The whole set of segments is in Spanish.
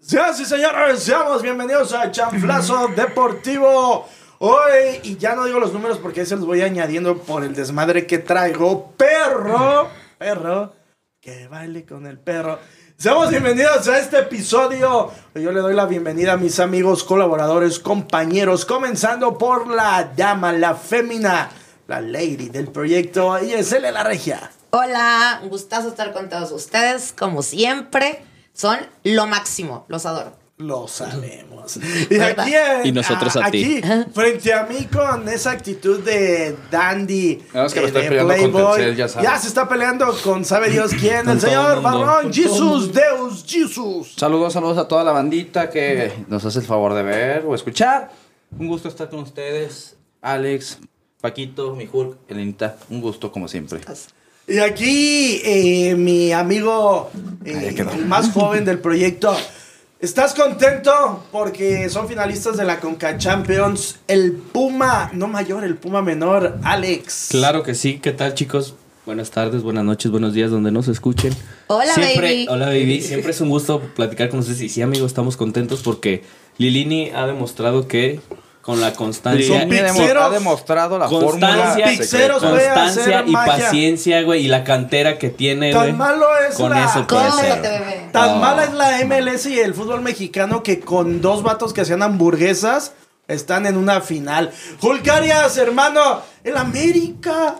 Señoras y señores, seamos bienvenidos a Chanflazo Deportivo. Hoy, y ya no digo los números porque ahí se los voy añadiendo por el desmadre que traigo. Perro, perro, que baile con el perro. Seamos bienvenidos a este episodio. Yo le doy la bienvenida a mis amigos, colaboradores, compañeros, comenzando por la dama, la fémina, la lady del proyecto, y es la regia. Hola, un gustazo estar con todos ustedes, como siempre. Son lo máximo, los adoro. Lo sabemos. Y, aquí en- Y nosotros a Aquí, ti. frente a mí con esa actitud de dandy. Nada más que eh, lo estoy de peleando con Telcel, ya sabes. se está peleando con sabe Dios quién. el señor mundo. Barrón. Jesus, Deus, Jesus. Saludos, saludos a toda la bandita que nos hace el favor de ver o escuchar. Un gusto estar con ustedes, Alex, Paquito, mi Hulk, Elenita. Un gusto como siempre. Pues, Y aquí eh, mi amigo eh, Ahí quedó. el más joven del proyecto. ¿Estás contento? Porque son finalistas de la Conca Champions. El Puma, no mayor, el Puma menor, Alex. Claro que sí, ¿qué tal chicos? Buenas tardes, buenas noches, buenos días, donde nos escuchen. Hola, Siempre- baby. Hola baby, siempre es un gusto platicar con ustedes y sí amigos, estamos contentos porque Lilini ha demostrado que con la constancia... Son Lilini ha demo- pixeros. ha demostrado la fórmula. Constancia, secreta. Pixeros, güey. constancia hacer y magia. paciencia, güey, y la cantera que tiene, Tan güey. malo es eh, Con la- eso pues. puede ser. Cómete, bebé. Tan No. mala es la MLS y el fútbol mexicano que con dos vatos que hacían hamburguesas están en una final. Hulk Arias, hermano, el América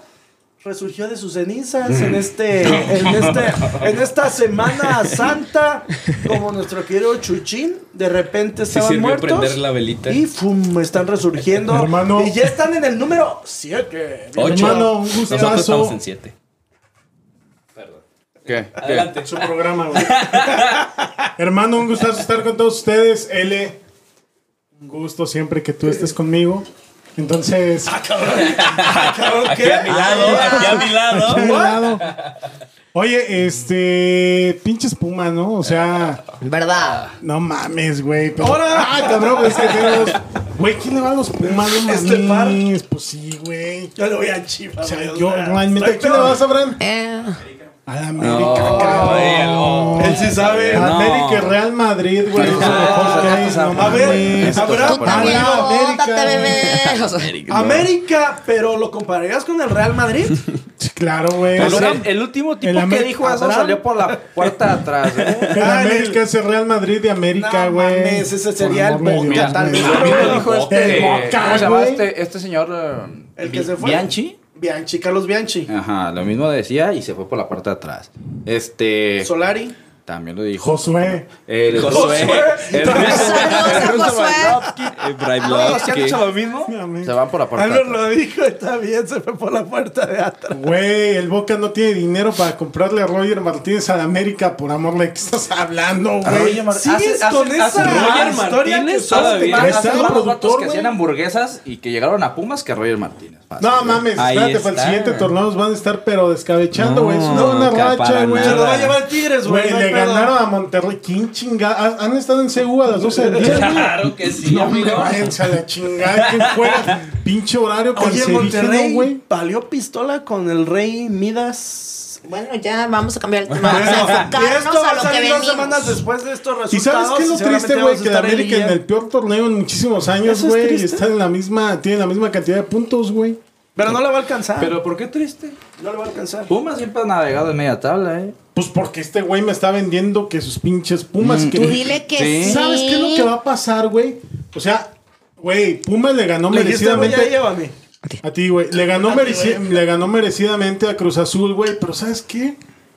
resurgió de sus cenizas Mm. en este, en este, en esta semana santa, como nuestro querido Chuchín, de repente estaban sirvió muertos prender la velita. y fum, están resurgiendo Hermano. y ya están en el número 7. Ocho. Hermano, un Nosotros gustazo. estamos en siete. ¿Qué? ¿Qué? Adelante. Su programa, güey. Hermano, un gustazo estar con todos ustedes. L, un gusto siempre que tú estés conmigo. Entonces, Ah, Aquí a mi lado, aquí a mi lado. de lado. Oye, este. Pinches Puma, ¿no? O sea, ¿Verdad? no mames, güey. pero- ¡Ahora! ¡Ah, cabrón! pues, es que tiene los- Güey, ¿quién le va a los Pumas? No Este mames. Pues sí, güey. Yo le voy a Chivas. O sea, güey, o yo sea, realmente. ¿A está quién le cabrón. vas, Abraham? Eh, A la América, cabrón. Él sí sabe. A Ah, No. Eh, pues, América y Real Madrid, güey. No. Eso de Jorge, A no A ver, mames. habrá tú también, Hola, bótate, pues, América. bebé. O sea, América, pero lo compararías con el Real Madrid. Sí, Claro, güey. El, O sea, el último tipo el que Amer- dijo eso Abraham. salió por la puerta de atrás. ¿eh? El Ah, en América el- es el Real Madrid de América, No güey. mames, ese sería Por el amor de Boca, Dios, tal güey. vez. A mí me dijo este. El Boca, ¿Cómo se llama güey. este, este señor? eh, El Bi- que se fue. Bianchi. Bianchi, Carlos Bianchi. Ah, Ajá, lo mismo decía y se fue por la parte de atrás. Este. Solari. También lo dijo. Josué. El Josué. El Saludos a Josué. ¿Sí han hecho lo mismo? Se van por la puerta. Ah, no lo dijo, está bien, se fue por la puerta de atrás. Güey, el Boca no tiene dinero para comprarle a Roger Martínez a la América, por amor de qué estás hablando, güey. Mar- Sigues hace- con hace- esa hace- Roger historia Martínez que solo te todavía. va- Ahí Hace está el más los vatos productor, que güey. hacían hamburguesas y que llegaron a Pumas que Roger Martínez. Fácil, No güey. mames, Ahí espérate, para el está. siguiente torneo nos van a estar pero descabechando, güey. es No, que una buena racha, para güey. Se lo va a nada. llevar Tigres, güey. Güey, no hay le pedo. ganaron a Monterrey. ¿Quién chingada? ¿Han estado en CU a las 12 del día? güey? Claro que sí, No, amigo. hombre, váyanse a la chingada. ¿Quién juega? Pinche horario Oye, cancerígeno, Monterrey, güey. palió pistola con el Rey Midas. Bueno, ya vamos a cambiar el Pues, tema. Vamos Bueno, a y esto enfocarnos va a a lo que salir dos semanas venimos. después de estos resultados. ¿Y sabes qué es lo seguramente triste, vamos güey? a Que la estar ahí América en el peor torneo en muchísimos años, ¿Eso es güey, triste? está en la misma, tiene la misma cantidad de puntos, güey. Pero no la va a alcanzar. Pero ¿por qué triste? no la va a alcanzar. Pumas siempre ha navegado en media tabla, ¿eh? Pues porque este güey me está vendiendo que sus pinches pumas que. Mm, Tú dile que sí. Sí. ¿Sabes qué es lo que va a pasar, güey? O sea, güey, Pumas le ganó Le dijiste, güey, ya merecidamente. llévame. A ti, güey. Le ganó, mereci- le ganó merecidamente a Cruz Azul, güey. Pero ¿sabes qué?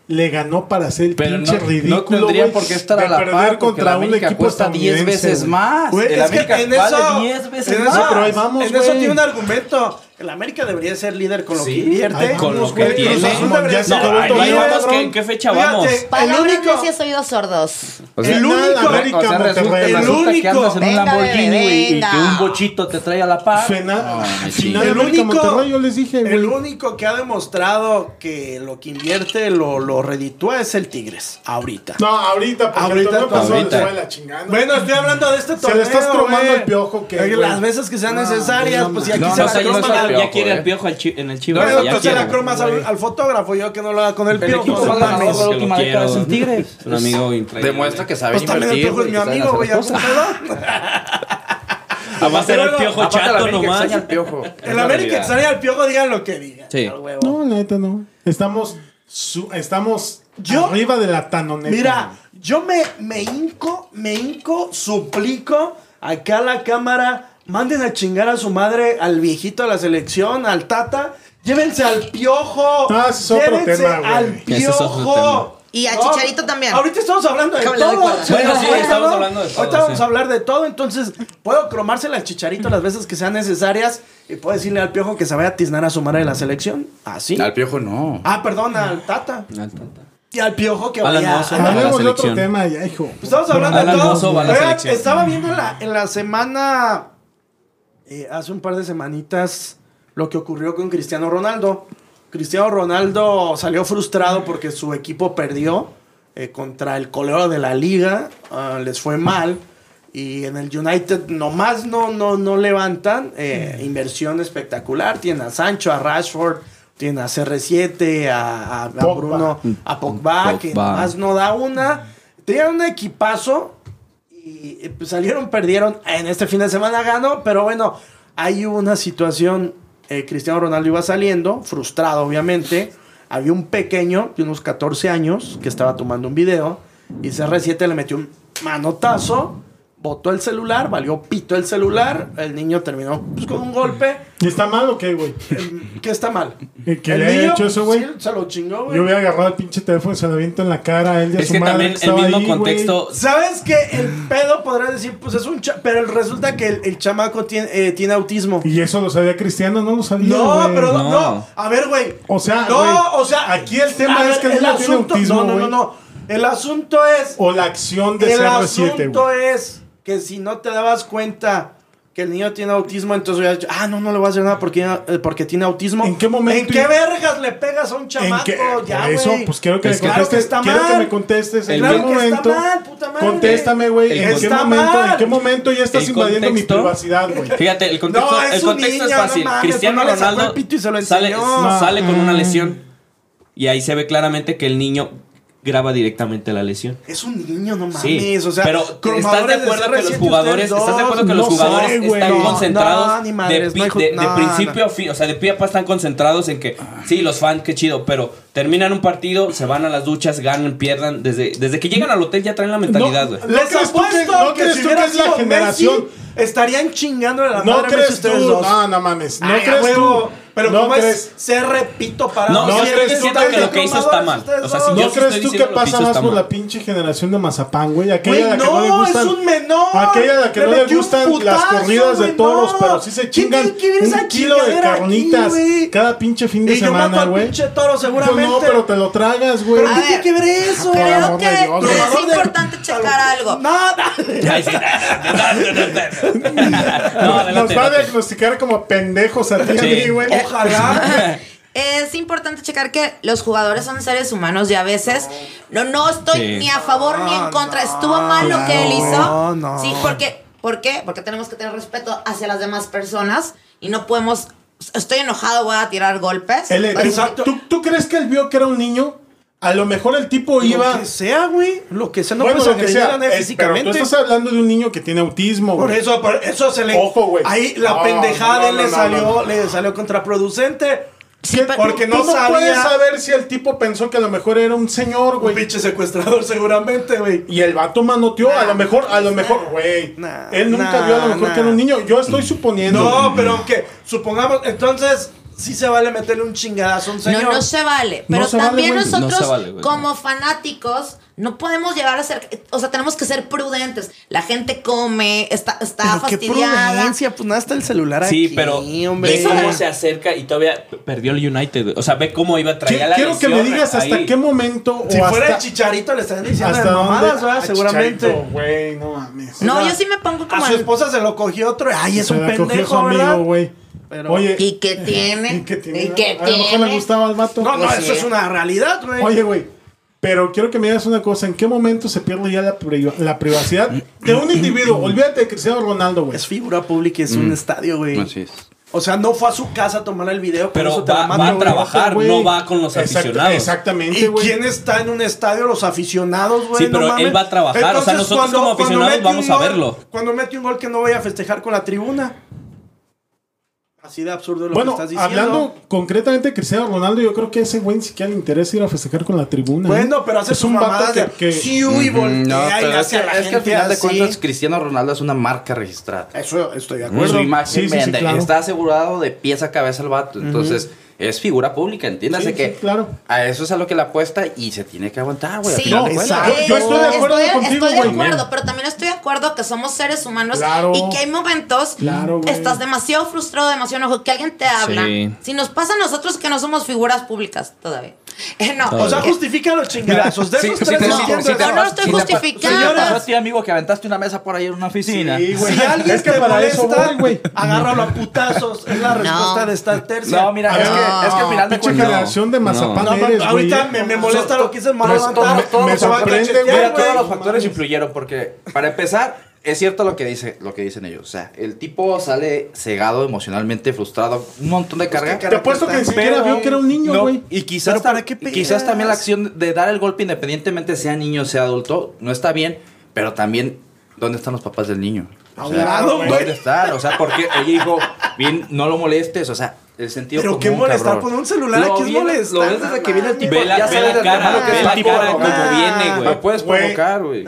Le ganó para hacer el Pero pinche no- no ridículo. No tendría güey, por qué estar de a la perder par porque contra la un América equipo cuesta 10 estadounidense, veces güey. más. Güey, el es que América en vale eso, 10 veces en más. eso, pero ahí vamos, en eso güey. tiene un argumento. El América debería ser líder con lo Sí, que invierte. ahí con vamos, lo que güey. Cruz tiene. Azul No, debería ser No, el ahí otro líder, vamos, cabrón. ¿qué- ¿en qué fecha vamos? Fíjate, Palabras el único, necias, oídos sordos. O El Nada, único- América, o sea, resulta, Monterrey. el resulta que único. andas en un Venga, Lamborghini bebé, y- y venga. que un bochito te trae a la par. Fena- Ay, sí. final El América único- Monterrey, yo les dije, el güey. único que ha demostrado que lo que invierte lo, lo reditúa es el Tigres, ahorita. No, ahorita, porque Ahorita, el torneo pasado ahorita. les fue la chingada. Bueno, estoy hablando de este Se torneo. le estás cromando güey. el piojo que, Oye, güey. Las veces que sean No, necesarias, no pues si aquí No, se no, la no, croman no, al ya, Piojo, quiere eh. al piojo al chi- en el chivo. Bueno, ya pues se quiere. la cromas al, al fotógrafo, yo que no lo haga con el, El piojo. equipo no se va ganando mames. la última Que lo década quiero. sin Tigres. Un amigo increíble. Demuestra que sabe Pues también el invertir, piojo es güey, mi que sabe amigo, güey, hacer ¿algún cosas. pedo? Además era el piojo Aparte, la chato América nomás. extraña al Piojo. Es El la América realidad. extraña al piojo, digan lo que digan. Sí. al huevo. No, la neta no. Estamos, su- estamos Yo- arriba de la tanoneta. Mira, yo me, me hinco, me hinco, suplico acá a la cámara. Manden a chingar a su madre, al viejito de la selección, al tata. Llévense al piojo. No, Ah, ese es otro llévense tema, güey. al Ese es otro piojo. tema. Y a No, Chicharito también. Ahorita estamos hablando de Cómo le doy todo. cuerda. ¿se Bueno, dan sí, cuenta, estamos no? hablando de todo, Ahorita vamos sí. a hablar de todo, entonces puedo cromársela al chicharito las veces que sean necesarias y puedo decirle al piojo que se vaya a tiznar a su madre de la selección. Así. Al Piojo no. Ah, perdón, al tata. Y al piojo que Al vaya. hermoso. Ajá. Hablemos la de otro selección. tema ya, hijo. Pues Estamos hablando de Alan todo. Mozo va a la Oigan, selección. estaba viendo en la, en la semana, eh, hace un par de semanitas, lo que ocurrió con Cristiano Ronaldo. Cristiano Ronaldo salió frustrado porque su equipo perdió eh, contra el colero de la liga, ah, les fue mal. Y en el United nomás no, no, no levantan. eh, Mm. Inversión espectacular. Tienen a Sancho, a Rashford, tienen a CR7, a, a- a Pogba. Bruno, Mm. a Pogba, que Pogba. nomás no da una. Tenían un equipazo y eh, pues, salieron, perdieron. En este fin de semana ganó, pero bueno, hay una situación. eh, Cristiano Ronaldo iba saliendo, frustrado obviamente. Había un pequeño de unos 14 años que estaba tomando un video y CR7 le metió un manotazo, botó el celular, valió pito el celular. El niño terminó pues, con un golpe ¿Y está mal o qué, güey? eh, que está mal. ¿Y que El le haya niño, hecho eso, güey? sí, se lo chingó, güey. Yo hubiera agarrado el pinche teléfono y se lo aviento en la cara a él y a Es su que madre también el estaba mismo ahí, güey. contexto. ¿Sabes que El pedo podrá decir, pues es un cha- pero resulta que el, el chamaco tiene, eh, tiene autismo. Y eso lo sabía Cristiano, no lo sabía. No, güey. pero no. No. A ver, güey. O sea, no, güey, o sea, aquí el tema a es que el niño tiene No, autismo, no, no, güey. no. El asunto es O la acción de el CR7, asunto güey. es que si no te dabas cuenta que el niño tiene autismo, entonces hubieras dicho, ah, no, no le voy a hacer nada porque, eh, porque tiene autismo. ¿En qué momento ¿En qué vergas le pegas a un chamaco? ¿En qué? ya, Por eso, güey. pues quiero que Es me que- Claro que contestes. está quiero que mal. me contestes. ¿En Claro qué que está momento? mal, puta madre. Contéstame, güey. El ¿En qué está momento? mal. ¿En qué momento ya estás El invadiendo mi contexto- privacidad, güey? Fíjate, el contexto, No, es el un contexto niño, es no fácil. mames, Cristiano pues no le sacó Ronaldo el pito y se lo sale, enseñó. sale con Mm. una lesión. Y ahí se ve claramente que el niño graba directamente la lesión. Es un niño, no mames. Sí, o sea, pero ¿estás de cromadores acuerdo que los CR7 jugadores, ustedes estás de acuerdo dos? que los No jugadores sé, güey. están No, concentrados no, ni madres, de, pi- no hay ju- de- de no, principio no. a fin, o sea, de pie a pa están concentrados en que sí, los fans qué chido, pero terminan un partido, se van a las duchas, ganan, pierdan, desde desde que llegan al hotel ya traen la mentalidad, güey. ¿No Les crees tú que- apuesto no que, crees si tú hubiera que es la sido generación? Messi, estarían chingando de la madre No a Messi crees tú. ustedes dos. No, no mames. No Ay, a crees huevo, tú. Pero no como crees. es se repito para No, no, yo estoy crees tú diciendo que que los lo que hizo está mal. O sea, si ¿No yo sí crees estoy tú que diciendo lo pasa hizo más está por mal. la pinche generación de Mazapán, güey? Aquella Güey, de la que no, le no, gustan. es un menor. Aquella de la que Le no le metió un gustan las putazo, corridas de güey, toros, no. pero sí se ¿Quién chingan tiene que ver esa un kilo de chingadera aquí, carnitas güey? cada pinche fin de Y yo mato semana, al güey. pinche toro seguramente. Pues no, pero te lo tragas, güey. Pero ¿qué A ver, tiene que ver eso? por Pero amor Creo de Dios, que es Trovador de- importante checar algo. Nada. Ay, sí. No, adelante, Nos- Nos va a adelante. diagnosticar como pendejos a ti y a Sí. mí, güey. Ojalá. Es importante checar que los jugadores son seres humanos y a veces no, no estoy Sí. ni a favor ni en contra. Estuvo mal lo que él hizo. Ah, No, no. Sí, porque, ¿por qué? Porque tenemos que tener respeto hacia las demás personas y no podemos. Estoy enojado, voy a tirar golpes. Ele, ¿tú- Pues, Exacto. ¿tú, tú crees que él vio que era un niño? A lo mejor el tipo iba. Lo que sea, güey. Lo que sea. No bueno, puedes lo que agredir sea. a nadie eh, físicamente. Pero tú estás hablando de un niño que tiene autismo, Por güey. eso, por eso se le. Ojo, güey. Ahí la No, pendejada no, de él no, le no, salió, no. le salió contraproducente. sí, pero- porque Tú no no sabía. puedes saber si el tipo pensó que a lo mejor era un señor, Un güey. pinche secuestrador, seguramente, güey. Y el vato manoteó, a Nah, lo mejor, a lo mejor, güey. nah, él nunca nah, vio a lo mejor nah. que era un niño. Yo estoy suponiendo. No, güey. pero aunque supongamos, entonces sí se vale meterle un chingadazo a un señor. No, no se vale. No Pero se vale, también güey. No nosotros, se vale, güey. como fanáticos, no podemos llevar a ser. O sea, tenemos que ser prudentes. La gente come, está, está Pero qué fastidiada. prudencia, pues nada, está el celular Sí, aquí, pero hombre. ve cómo se acerca y todavía perdió el United. güey. O sea, ve cómo iba a traer Qui- la Quiero que me lesión digas ahí. hasta qué momento. Si o fuera hasta, el chicharito, le estarían diciendo hasta de mamadas, dónde- ¿verdad? Ah, Seguramente. Chicharito, güey, no mames. No, yo sí me pongo como. A su en- esposa se lo cogió otro. Ay, es Se un la cogió su pendejo, amigo, ¿verdad? güey. Pero- Oye. ¿Y qué tiene? ¿Y qué tiene? ¿Y qué a lo mejor le tiene? gustaba al vato. No, no, Pues eso sí. es una realidad, güey. Oye, güey. Pero quiero que me digas una cosa. ¿En qué momento se pierde ya la, priva- la privacidad de un individuo? Olvídate de Cristiano Ronaldo, güey. Es figura pública, es un estadio, güey. Así es. O sea, no fue a su casa a tomar el video. con Pero eso te la va- matan, va a güey. trabajar, güey. no va con los aficionados. Exactamente, ¿Y güey. quién está en un estadio? Los aficionados, güey. Sí, pero no mames. él va a trabajar, o sea, nosotros como cuando aficionados mete un vamos a gol- verlo. Cuando mete un gol que no voy a festejar con la tribuna. Así de absurdo lo Bueno, que estás diciendo. hablando concretamente de Cristiano Ronaldo, yo creo que a ese güey ni siquiera le interesa ir a festejar con la tribuna. ¿eh? Bueno, pero hace Es sus un vato mamadas que- de que- Siu y voltea Mm, No, y pero le es hace que, a la es que gente al final de así. cuentas Cristiano Ronaldo es una marca registrada. Eso estoy de Su acuerdo. imagen Sí, sí, sí, vende, claro. está asegurado de pies a cabeza el vato. Entonces, es figura pública, entiéndase Sí, sí, que claro. a eso es a lo que le apuesta y se tiene que aguantar, güey. al Sí, final de no, cuentas. exacto. Yo estoy de acuerdo estoy- contigo, estoy de güey. acuerdo, pero también estoy de acuerdo que somos seres humanos Claro. y que hay momentos Claro, güey. estás demasiado frustrado, demasiado enojado, que alguien te habla. Sí. Si nos pasa a nosotros que no somos figuras públicas todavía. Eh, no. O sea, Eh, justifica los chingadazos. De Sí, esos sí, tres te- no sí, entiendo sí, te- el no, no vato. estoy sí, te- justificando. Señora, pasó a ti, amigo, que aventaste una mesa por ahí en una oficina. Sí, güey. Si Es alguien que te para eso molesta, voy, güey. agárralo a putazos. Es la respuesta de esta tercia. No, mira, A es, ver, que, es que al final de Pinche cuentas- generación de mazapán No, eres, güey. ahorita me, me molesta lo que dices, me voy a Pues, todo- levantar, todo me nos se va a sorprende, cachetear, güey, Mira, todos güey. los factores influyeron porque, para empezar, es cierto lo que, dice, lo que dicen ellos. O sea, el tipo sale cegado emocionalmente, frustrado, un montón Pues, de carga. Te apuesto que ni siquiera Pero- vio que era un niño, no, güey. y quizás, Pero ¿para qué y quizás peleas? también la acción de dar el golpe, independientemente sea niño o sea adulto, no está bien, pero también, ¿dónde están los papás del niño? A un lado, güey. ¿Dónde están? O sea, porque oye, hijo, bien, no lo molestes, o sea, el sentido Pero común, qué molestar, cabrón. con un celular Lo aquí es viene- molestar, Lo ves desde que viene el tipo, Ve la, ya ve sabes la desde cara, antemano que ve es la tipo cara arrogante. como viene, güey. Ah, Lo puedes Güey. provocar, güey.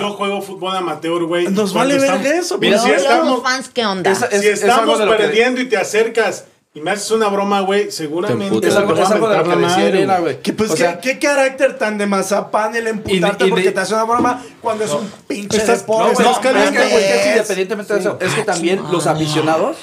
Yo juego fútbol amateur, güey. Nos Cuando vale estamos- verga eso, Mira, luego si pero- los estamos, fans, ¿qué onda? Esa- si es- es estamos algo de lo que- perdiendo y te acercas y me haces una broma, güey, seguramente. emputas. Es algo, te vas es a algo de lo que mentar la decía madre, Elena, güey. güey. Que, pues, O ¿qué, sea, qué carácter tan de mazapán el emputarte Y- y- porque y- te hace una broma cuando es un pinche Estás- Ah. deporte. no, güey, Estás es que no, es caliente, que, güey, es que es. independientemente de eso, es que también los aficionados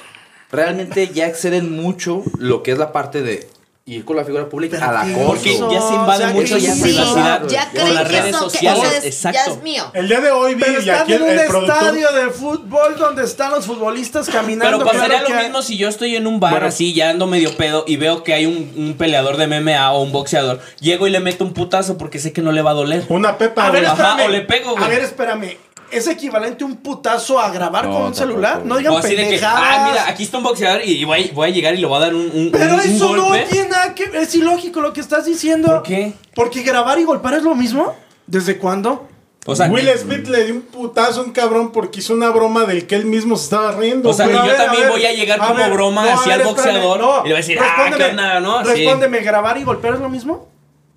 realmente ya exceden mucho lo que es la parte de ir con la figura pública a la qué cosa. Porque Eso, ya se invade o sea, mucho que ya sí, su privacidad. ya con creen las que redes eso, que sociales. eso es- ya Exacto. es mío. El día de hoy vi Pero y están aquí en el, un el productor. estadio de fútbol donde están los futbolistas caminando. Pero pasaría claro lo que- mismo si yo estoy en un bar Bueno. así, ya ando medio pedo y veo que hay un, un peleador de MMA o un boxeador. Llego y le meto un putazo porque sé que no le va a doler. Una pepa, A ver, güey. Ajá, espérame. o le pego, güey. A ver, espérame. ¿Es equivalente un putazo a grabar No, con un tampoco, celular? güey. No digan O así de que, pendejadas. ah, mira, aquí está un boxeador y voy, voy a llegar y le voy a dar un, un- Pero un- un eso golpe. no tiene nada que Es ilógico lo que estás diciendo. ¿Por qué? Porque grabar y golpear es lo mismo. ¿Desde cuándo? O sea, Will Smith le dio un putazo a un cabrón porque hizo una broma del que él mismo se estaba riendo. O sea, güey. Pero que Pues, a yo también a voy a llegar a como broma a hacia el espérame, boxeador y le voy a decir, ah, respóndeme, ¿qué onda, no? Así. Respóndeme, ¿grabar y golpear es lo mismo?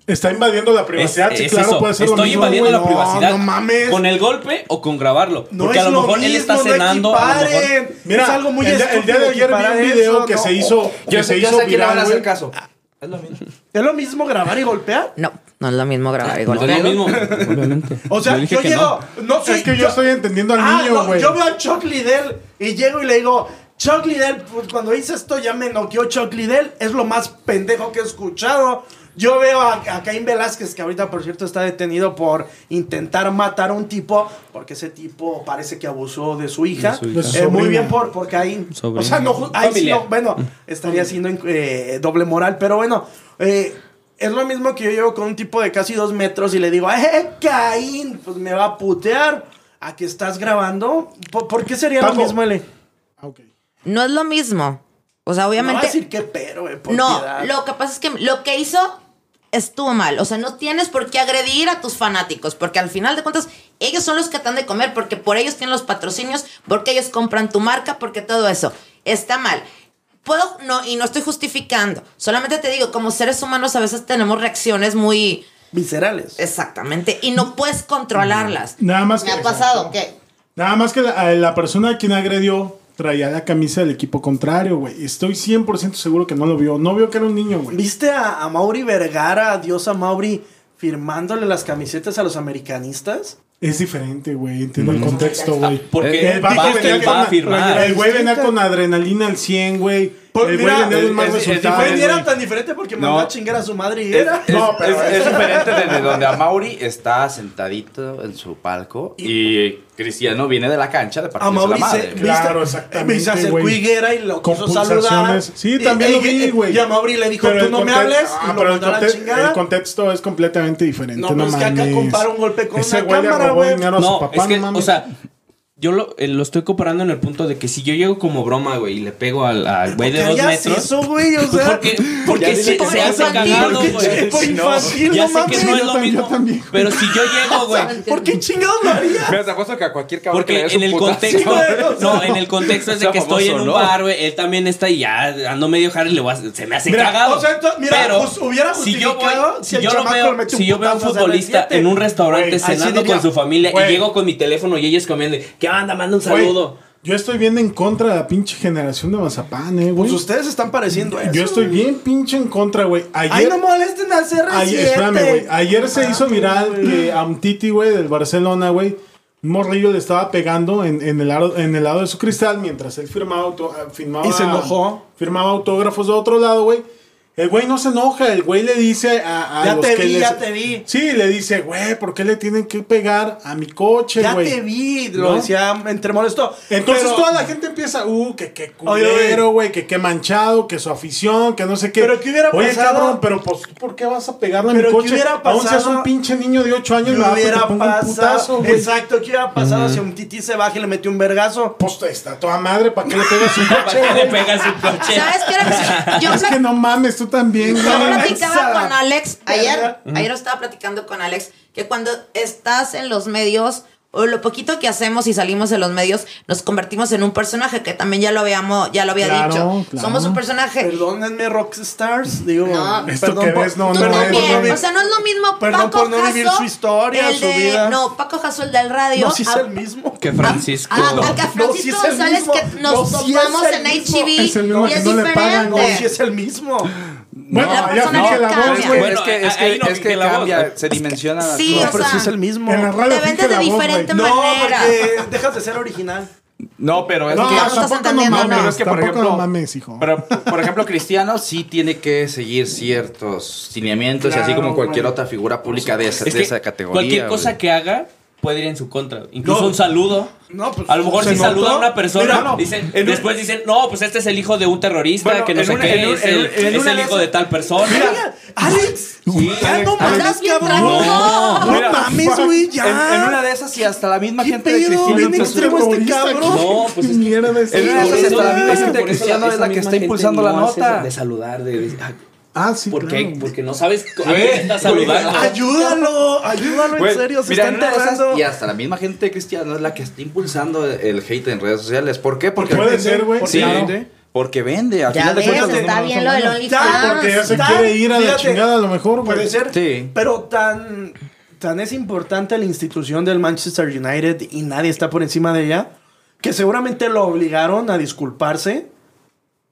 Está invadiendo la es, privacidad. sí, es claro, eso. puede ser Estoy lo mismo, invadiendo güey. la No, privacidad. no mames. Con el golpe o con grabarlo. No porque a es lo lo mejor él mismo, está no cenando. a lo equiparen. mejor- Mira, Es algo muy el, día- el día de ayer vi estúpido un video equiparar que eso, se no. hizo, que Yo se sé, yo hizo sé que le van a viral, hacer güey. caso. Es lo mismo. ¿Es lo mismo grabar y golpear? No, no es lo mismo grabar y Ah, No es golpear. lo mismo. Obviamente. O sea, yo, llego. No, sé. Es que yo estoy entendiendo al Ah, niño, no, güey. yo veo a Chuck Liddell y llego y le digo, Chuck Liddell, pues cuando hice esto ya me noqueó Chuck Liddell, es lo más pendejo que he escuchado. Yo veo a, a Caín Velázquez, que ahorita por cierto está detenido por intentar matar a un tipo, porque ese tipo parece que abusó de su hija. su hija. De su Eh, muy sobrina. bien por, por Caín. Sobrina. O sea, no, ju- ahí sí Familia. no, bueno, estaría siendo eh, doble moral, pero bueno, eh, es lo mismo que yo llevo con un tipo de casi dos metros y le digo, ¡eh, Caín! Pues me va a putear. ¿A que estás grabando? ¿Por, por qué sería Paco. lo mismo, L? Ah, ok. No es lo mismo. O No va sea, a obviamente. decir que pero, eh, por No, piedad. lo que pasa es que lo que hizo estuvo mal. O sea, no tienes por qué agredir a tus fanáticos, porque al final de cuentas, ellos son los que te han de comer, porque por ellos tienen los patrocinios, porque ellos compran tu marca, porque todo eso. Está mal. Puedo, no, y no estoy justificando. Solamente te digo, como seres humanos a veces tenemos reacciones muy Viscerales. exactamente y no puedes controlarlas. Nada más Me que- ha pasado que Nada más que la, a la persona a quien agredió traía la camisa del equipo contrario, güey. Estoy 100% seguro que no lo vio. No vio que era un niño, güey. ¿Viste a, a Mauri Vergara, Dios a Mauri, firmándole las camisetas a los americanistas? Es diferente, güey. Entiendo el contexto, güey. Mm. Ah, Porque El vato dijiste venía que va a con- firmar. El güey venía Distinta. con adrenalina al 100, güey. Pues el mira, Eh, güey venía de un mal es- es resultado. Güey, ni diferente, güey. era tan diferente porque mandó No. a chingar a su madre y era. Es, No, pero es- es- es diferente desde donde a Mauri está sentadito en su palco y Cristiano viene de la cancha de a partirse la Mauri se, madre. ¿viste? güey. Claro, Eh, exactamente, se acercó güey. Higuera y lo Con quiso saludar. pulsaciones. Sí, Y- también y- lo vi, y- güey. Y a Mauri le dijo, Pero tú el no me conte- hables. Ah, y lo pero el, mandó a la conte- chingada. el contexto es completamente diferente. No, No, pero es que acá mames. compara un golpe con Ese una güey le cámara, robó güey. dinero a su No, papá, es que, no mames. o sea, yo lo, eh, lo estoy comparando en el punto de que si yo llego como broma, güey, y le pego al al güey de ¿Qué dos harías metros. eso, güey? O Pues sea, porque porque Ya se, dile que se no. hace Porque cagado, ¿por qué güey. ch- por infantil, no Ya sé que mames. no es lo también, yo mismo. también, güey. Pero si yo llego, güey. ¿Por qué chingados lo harías? Mira, te apuesto que a cualquier cabrón que le des Porque en un el putazo, contexto, güey. no, en el contexto es de Sea que estoy famoso, en un ¿no? bar, güey, él también está y ya ando medio jari le voy a, se me hace Mira, cagado. o sea, entonces, mira, Pero pues, hubiera si yo voy, justificado si si el yo lo chamaco veo, le mete un si yo veo a un putazo a futbolista 07, en un restaurante güey, así cenando diría, con su familia güey. y llego con mi teléfono y ellos comiendo, ¿qué onda? Manda un Güey, saludo. yo estoy bien en contra de la pinche generación de Mazapán, eh, güey. Pues ustedes están pareciendo eso. Yo estoy bien pinche en contra, güey. Ay, Ayer, no Ah, molesten a CR7. ayer- espérame, güey. Ayer se hizo viral que a un Titi, güey, del Barcelona, güey, un morrillo le estaba pegando en, en el aro- en el lado de su cristal mientras él firmaba, auto- ah, firmaba- Y se enojó. Firmaba autógrafos de otro lado, güey. El güey no se enoja, el güey le dice a, a Ya los te que vi, les- ya te vi. Sí, le dice, güey, ¿por qué le tienen que pegar a mi coche, Ya güey? te vi, lo ¿No? decía entre molesto. Entonces Pero- toda la gente empieza, uh, que qué Oye, oye. culero, güey, que qué manchado, que su afición, que no sé qué. Pero, ¿qué hubiera Oye, pasado? cabrón, pero pues, ¿tú ¿por qué vas a pegarle a mi Pero, ¿qué coche? hubiera Aún seas pasado? un pinche niño de 8 años, ¿Qué me vas a hubiera poner un putazo, pasado? güey. Exacto, ¿qué hubiera pasado si un tití se baja y le metió un vergazo? Pues está toda madre, ¿para qué le pegas un coche, ¿Para qué le güey? pegas un coche? ¿Sabes qué era? Yo Es me que no mames, tú también, Yo güey. Alexa. platicaba con Alex ayer, ayer estaba platicando con Alex que cuando estás en los medios o lo poquito que hacemos y salimos de los medios nos convertimos en un personaje que también ya lo habíamos ya lo había Claro, dicho. claro. Somos un personaje. Perdónenme, Rockstars. Digo, No. Eh. Esto que ves no, Tú no es, también. no vi- o sea, no es lo mismo Perdón Paco por no vivir Jasso, su historia, el su de- vida. No, Paco Jasso, el del radio. No, si es a- el mismo. Que Francisco. Ah, acá sí Francisco es el González mismo. que No, nos sí es formamos el en mismo. HB Es el mismo y que es no le diferente. pagan, No, si es el mismo. Bueno, La ya dije personalidad la voz, cambia. güey. Bueno, es que, es ahí que, no es que pique la voz. cambia, Es se dimensiona la sí, No, o pero sea, si es el mismo. En la radio te dije vendes de la voz, güey. diferente No, manera. porque dejas de ser original. No, pero es No, que. no estás tampoco no entendiendo, mames, Pero es que, por tampoco ejemplo, no mames, hijo. Pero, por ejemplo, Cristiano sí tiene que seguir ciertos lineamientos, y así Claro, como cualquier güey. otra figura pública de esa, de que esa categoría. Cualquier cosa güey. que haga puede ir en su contra. Incluso No. un saludo. No, pues, a lo mejor ¿se si saluda notó? a una persona, Mira, no, dicen, en un- después dicen, no, pues este es el hijo de un terrorista, Bueno, que no en sé una- qué, en un- es en el, un- en es una el de hijo esas- de tal persona. Mira, Alex. Ya no Estás mames, bien cabrón. tranquilo. No Mira, mames, güey, ya. En, en una de esas y hasta la misma ¿Qué gente de pedo? Cristiano. Bien empezó- extremo este cabrón. No, pues es que- mierda es en una de Por esas eso- hasta la misma es que gente de por eso Cristiano esa es la que misma está gente impulsando no la hace nota. De saludar, de decir, ah, Ah, sí, ¿por claro. qué? Porque no sabes a quién estás saludando. ah, Ayúdalo, ayúdalo, Güey, en serio, se mira, en está una de esas enterrando. y hasta la misma gente de Cristiano es la que está impulsando el hate en redes sociales. ¿Por qué? Porque Puede vende. ser, güey. Sí, Claro. porque vende. Al Ya final de ves, cuentas, los está números bien son lo del buenos. OnlyFans. Porque ya se Tan- quiere ir a la Ah, fíjate, chingada a lo mejor, güey. Puede ser. Sí. Pero tan, tan es importante la institución del Manchester United y nadie está por encima de ella, que seguramente lo obligaron a disculparse,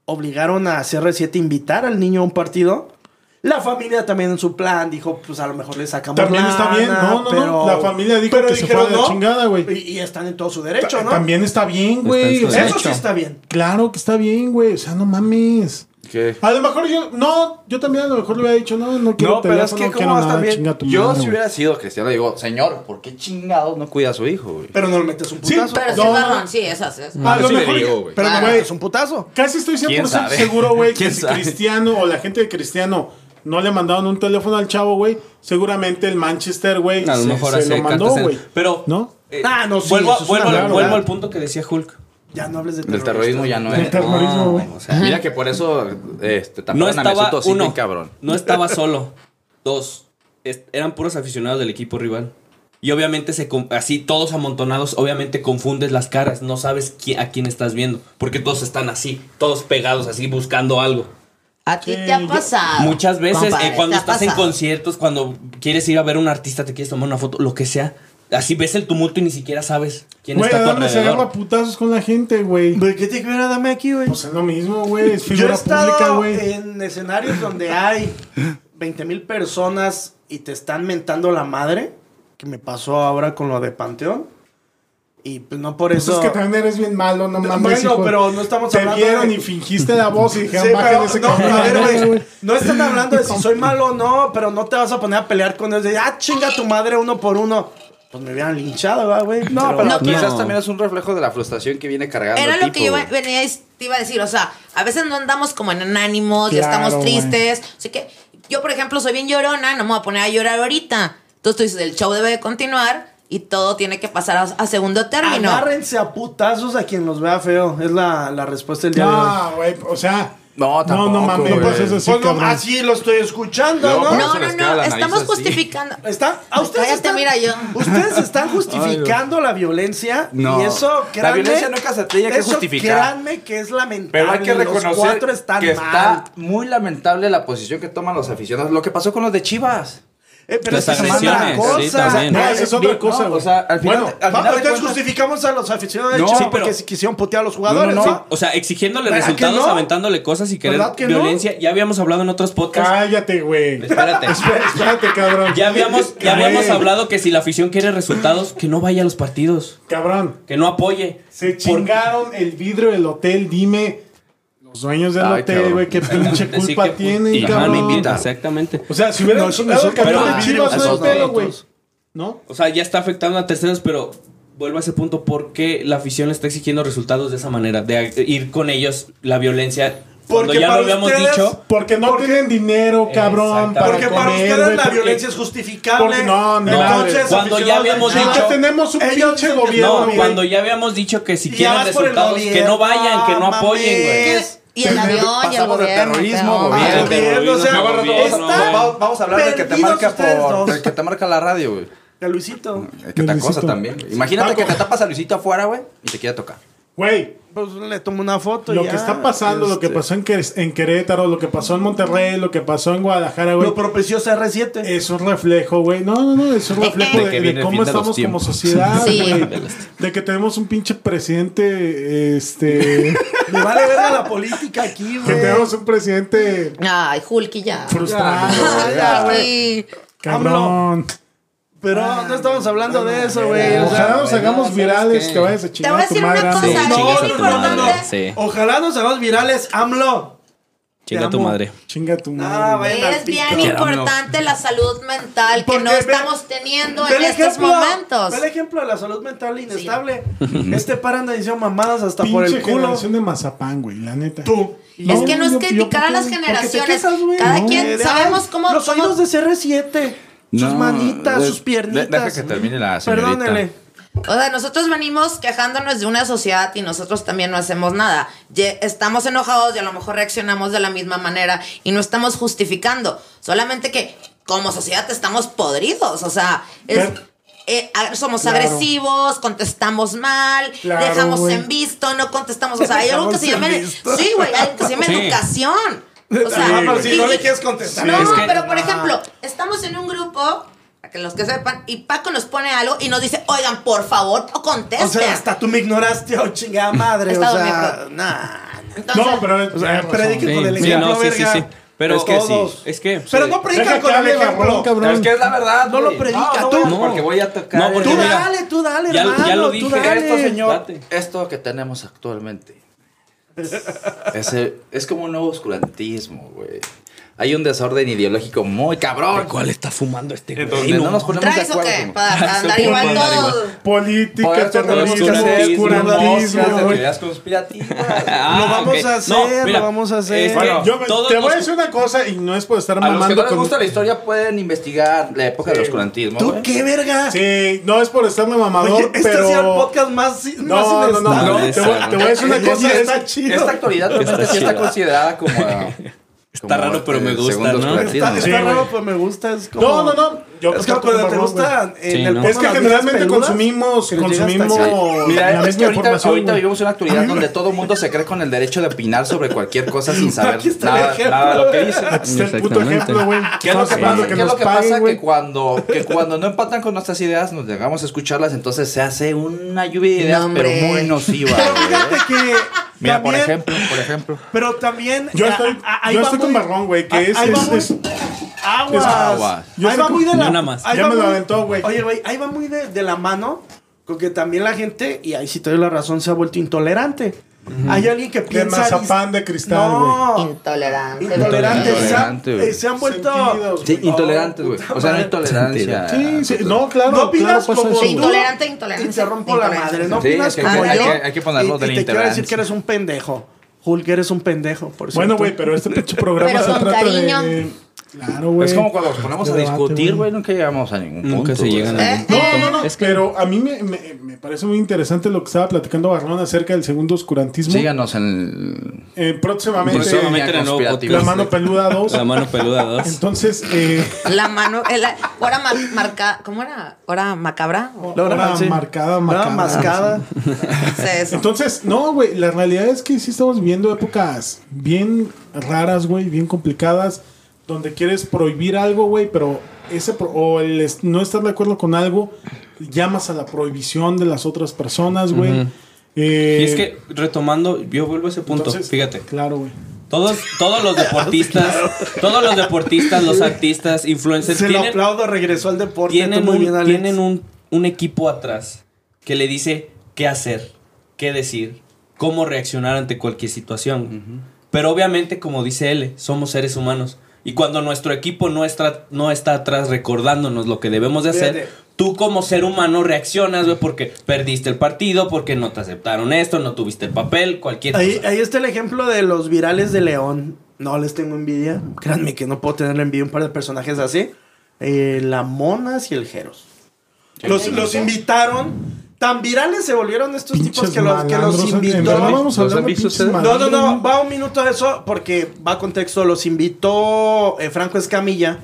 obligaron a CR7 invitar al niño a un partido. La familia también en su plan dijo, pues a lo mejor le sacamos También está lana, bien, no, no, no. pero- La familia dijo pero que se dijeron fuera de la chingada, güey. Y, y están en todo su derecho, ¿no? También está bien, güey. Está en o su sea, Eso sí está bien. Claro que está bien, güey. O sea, no mames. ¿Qué? A lo mejor yo, no, yo también a lo mejor le hubiera dicho, no, no quiero No, pero es teléfono, que no quiero cómo vas nada, también. chinga tu Yo madre, si güey. hubiera sido Cristiano, le digo, señor, ¿por qué chingados no cuida a su hijo, güey? Pero no le metes un Sí, putazo. Pero sí, No. perdón, sí, esas, esas. A Ah, Yo lo sí le Ah, mejor, digo, güey. Ah, pero no le güey, metes un putazo. casi estoy 100% sabe? seguro, güey, que ¿Quién si sabe? Cristiano o la gente de Cristiano no le mandaron un teléfono al chavo, güey, seguramente el Manchester, güey, A lo se, mejor se hace lo mandó, cartas en- güey. Pero ¿No? eh, Ah, no, sí, vuelvo, eso es vuelvo, una al- verdad. vuelvo al punto que decía Hulk. Ah, Ya no hables de Del terrorismo ya no Del es. terrorismo, No, güey. o sea, mira que por eso este, No taparon a estaba Mesut Özil, uno, bien cabrón. no estaba solo. Dos, es- eran puros aficionados del equipo rival. Y obviamente se con- así todos amontonados, obviamente confundes las caras, no sabes qui- a quién estás viendo, porque todos están así, todos pegados así buscando algo. A ti Sí, te ha yo- pasado. Muchas veces compadre, eh, cuando Ah, te ha estás en pasado. conciertos, cuando quieres ir a ver a un artista, te quieres tomar una foto, lo que sea, así ves el tumulto y ni siquiera sabes quién Güey, está a tu Adame se alrededor. Pues, agarra putazos con la gente, güey. ¿Pero qué tiene que ver Adame aquí, güey? Pues es lo mismo, güey, es Yo he figura estado pública, güey. en escenarios donde hay 20 mil personas y te están mentando la madre, que me pasó ahora con lo de Panteón. Y pues no por Pues eso... es que también eres bien malo, no Bueno, mames. hijo. pero no estamos hablando Te vieron de- y fingiste la voz y Sí, dijeron, bajen pero, ese no, cabrón. a ver, No, güey, güey. no están hablando de si soy malo o no, pero no te vas a poner a pelear con ellos de, ah, chinga tu madre uno por uno. Pues me hubieran linchado, ¿verdad, güey. No, pero... Pero No, quizás claro. también es un reflejo de la frustración que viene cargando Era el lo tipo, que yo güey. venía y te iba a decir, o sea, a veces no andamos como en ánimos y Claro, estamos güey. tristes. Así que yo, por ejemplo, soy bien llorona, no me voy a poner a llorar ahorita. Entonces tú dices, el show debe de continuar y todo tiene que pasar a, a segundo término. Agárrense a putazos a quien los vea feo. Es la, la respuesta del día de hoy. No, güey, o sea. No, tampoco, No, no mames, güey. no pases así, Pues no, cabrón. así lo estoy escuchando, Luego, ¿no? por no, eso no, les queda no, la nariz estamos así. justificando. Están, a ah, ustedes Cállate, están- mira yo. Ustedes están justificando la violencia No. y eso, La créanme, violencia no hay que aceptar, hay que eso justificar. créanme que es lamentable. Pero hay que Los reconocer cuatro están que mal. está muy lamentable la posición que toman los aficionados. Lo que pasó con los de Chivas. Eh, pero Las es que es otra agresiones, sí, cosa. también. No, Eh, esa es otra bien, cosa, no, güey. o sea, al final- Bueno, al va, final de entonces cuentas- justificamos a los aficionados de No, Chivas sí, porque pero- se quisieron putear a los jugadores, No, ¿no? no, no. O sea, exigiéndole ¿Verdad que resultados, no? aventándole cosas y querer ¿Verdad que no? violencia. Ya habíamos hablado en otros podcasts. Cállate, güey. Espérate. Espérate, espérate, cabrón. Ya habíamos, ya habíamos Güey, hablado que si la afición quiere resultados, que no vaya a los partidos, Cabrón, que no apoye. se Por- chingaron el vidrio del hotel, dime. Los dueños del Ay, hotel, cabrón. güey, qué pinche Así culpa que- tienen, y- Ajá, cabrón. me invita, Exactamente. O sea, si hubieran No, eso no chingado es el camión otro. de Pero- Chivas, no esos es pedo, güey. nosotros. ¿No? O sea, ya está afectando a terceros, pero vuelvo a ese punto. ¿Por qué la afición le está exigiendo resultados de esa manera? De a- ir con ellos, la violencia. Cuando Porque ya para lo habíamos ustedes- dicho. Porque no tienen dinero, cabrón, Exactamente. para Porque para comer, ustedes güey, la porque- violencia es justificable. porque no, ni Entonces, madre. Cuando ya habíamos Sí, aficionados de que Chivas, dicho- tenemos un ellos pinche dicen que gobierno, No, güey. cuando ya habíamos dicho que si Ya quieren vas por el resultados, que no gobierno, Ah, vayan, que no mames. apoyen, güey. Es- Y el avión y el pasamos de gobierno. terrorismo, peor. gobierno. Ah, bien, o sea, No, bueno, no, están no, no, Vamos, pues, vamos a hablar del que te perdidos marca ustedes por. dos. del que te marca la radio, güey. De Luisito. El que te Luisito. acosa también. güey. Imagínate Paco. que te tapas a Luisito afuera, güey, y te quiere tocar. Güey, Pues le tomo una foto y lo ya. que está pasando, lo que este- pasó en, Quer- en Querétaro, lo que pasó en Monterrey, lo que pasó en Guadalajara, güey. Lo propició CR7. Es un reflejo, güey. No, no, no, es un reflejo De de, que de viene el fin cómo de los estamos como tiempos. sociedad, Eh, Sí. güey. De De que tenemos un pinche presidente, este... Me vale verga la política aquí, que güey. tenemos un presidente Ay, Hulky ya. frustrado. Ya, Ah, ya, güey. Hulky. Cabrón. Pero no estamos hablando de eso, güey. O sea, Ojalá nos hagamos ¿sabes virales, qué? que vayas a Te voy chingar a a tu decir una cosa, madre. Ángel. Sí, algo no, chingas a no, tu no, importante. no. madre. Sí. Ojalá nos hagamos virales, AMLO. Chinga Te tu amo. madre. Chinga a tu Ah, madre. vayan al Es pito. bien importante la salud mental que Porque no ve- estamos teniendo Ve en el estos ejemplo- momentos. ve el ejemplo de la salud mental inestable. Este par anda diciendo mamadas hasta por Pinche el culo. generación de mazapán, güey, la neta. Tú. No, es que no es yo- yo criticar a porque- las porque te generaciones. quejas, güey. Cada No. quien sabemos cómo. Los cómo- oídos de CR7. Sus No, manitas, de- sus piernitas. de- deja que termine la señorita. Perdónele. O sea, nosotros venimos quejándonos de una sociedad y nosotros también no hacemos nada. Ye- estamos enojados y a lo mejor reaccionamos de la misma manera y no estamos justificando. Solamente que como sociedad estamos podridos. O sea, es- Ver- eh, a- somos Claro. agresivos, contestamos mal, Claro, dejamos güey. en visto, no contestamos. O sea, hay algo que se Dejamos llama. en visto. Sí, güey, hay algo que se llama Sí. educación. O sea, Ah, pero si no y- le quieres contestar. no, Es que- pero por ejemplo, estamos en un grupo, para que los que sepan, y Paco nos pone algo y nos dice, oigan, por favor, o contesten. O sea, hasta tú me ignoraste, oh chingada madre. Este. He o estado sea, nah. Entonces, No, Eh, pero... O sea, tienes razón. prediquen Sí, con el sí, ejemplo, no, sí, sí, verga. sí. Pero Es que todos, sí. es que- Pero sí. no Deja predican que con el hable ejemplo. Barrón, Pero cabrón. es que es la verdad, No lo güey. predica, no, tú. güey, No. Porque voy a tocar. No, porque Tú el- mira, dale, tú dale, ya- hermano. ya lo tú dije, dale. este Esto, señor, Date. esto que tenemos actualmente es, el- es como un nuevo oscurantismo, güey. Hay un desorden ideológico muy cabrón. ¿Cuál está fumando este güey? Y no nos ponemos de ¿traes o acuerdo. qué? como- Para para andar Por igual andar igual. todos. Política, Poder tener terrorismo, oscurantismo, oscurantismo, moscas de güey. teorías conspirativas. Ah, Lo vamos ok. a hacer, lo vamos a hacer. este, Bueno, Yo me- todos te voy a nos- decir una cosa y no es por estar A los que mamando no les con... gusta la historia pueden investigar la época del oscurantismo. ¿Tú güey. qué verga? Sí, no es por estarme mamador, Oye, este pero... sea el podcast más, más No, no, inestable. no, no, inestable. Te, voy, te voy a decir una Está cosa. chido, está es- chido. Esta actualidad realmente sí está considerada como. Está raro, pero me gusta, ¿no? Está, está Sí, güey. raro, pero me gusta. Es como, No, no, no. Yo es que tampoco cuando te barrón, gustan. en Sí, el ¿no? porno Es que las generalmente viejas peludas, consumimos, que llega hasta consumimos acá. Oh. Mira, la es que misma ahorita, información. ahorita güey. vivimos una actualidad donde todo mundo se cree con el derecho de opinar sobre cualquier cosa sin saber Aquí está el nada, ejemplo. nada de lo que dice. Aquí está el puto Exactamente. ejemplo, güey. ¿Qué es lo que Estamos pasa? hablando ¿Qué es nos lo que paguen, pasa? güey. Que cuando, que cuando no empatan con nuestras ideas, nos llegamos a escucharlas, entonces se hace una lluvia de ideas, No, pero hombre. muy nociva. Pero güey. fíjate que. Mira, por también- ejemplo, por ejemplo. Pero también. Yo a- estoy, a- ahí yo va estoy con muy- Barrón, güey, que a- es, ahí va es- muy- es- Aguas. Aguas. Yo ahí sé va que- muy de Ni la. una más. ahí Ya va me lo muy- aventó, güey. Oye, güey, ahí va muy de, de la mano. Con que también la gente, y ahí sí te doy la razón, se ha vuelto intolerante. Hay alguien que piensa. mazapán de cristal, No. Intolerante. Intolerante. ¿verdad? se han- Intolerante, güey. eh, se han vuelto. Sentidos, Sí, güey. intolerantes, güey. O sea, no hay tolerancia. Sí, sí, no, claro. No opinas claro, pasa como eso, tú. güey. Intolerante, intolerante. Y te rompo la madre. No Sí, opinas es que como hay yo. que- hay que ponerlo y- de la y te quiero decir intolerancia. que eres un pendejo. Hulk, eres un pendejo, por Pues cierto. Bueno, güey, pero este pinche programa Pero se con trata de- cariño. de... Claro, güey. Este Es como cuando nos ponemos a Debate, discutir, güey. güey, nunca llegamos a ningún punto. Nunca se güey. llegan a- Eh, No, eh, no, no, no, Es que- pero a mí me, me- me parece muy interesante lo que estaba platicando Barrón acerca del segundo oscurantismo. Síganos en Eh, próximamente, Próximamente en el nuevo La La podcast. mano peluda 2. La mano peluda 2. Entonces, eh, La mano. eh, la- hora ma- marca. ¿Cómo era? ¿Hora macabra? Logra- hora sí. marcada, Nada, marcada. mascada. Sí, eso. Entonces, no, güey, la realidad es que sí estamos viviendo épocas bien raras, güey, bien complicadas, donde quieres prohibir algo, güey, pero ese pro- o el es- no estar de acuerdo con algo, llamas a la prohibición de las otras personas, güey. Ujú. Eh, Y es que, retomando, yo vuelvo a ese punto, entonces, fíjate. Claro, güey. Todos, todos los deportistas, todos los deportistas, los artistas, influencers, Se lo tienen, aplaudo, regresó al deporte. tienen, tú muy un, bien, Alex. tienen un, un equipo atrás que le dice qué hacer, qué decir, cómo reaccionar ante cualquier situación. Pero obviamente, como dice él, somos seres humanos. Y cuando nuestro equipo no está, no está atrás recordándonos lo que debemos de hacer, Fíjate. tú como ser humano reaccionas, güey, porque perdiste el partido, porque no te aceptaron esto, no tuviste el papel, cualquier Ahí, cosa. ahí está el ejemplo de los virales de León. No les tengo envidia. Créanme que no puedo tener envidia a un par de personajes así. Eh, la Monas y el Jeros. Los, los invitaron. Tan virales se volvieron estos tipos Pinches que los, que los malandros, en invitó. verdad vamos a ¿Los hablar han de visto pinches eh? ustedes? No, no, malandros, no, va un minuto de eso porque va contexto. Los invitó eh, Franco Escamilla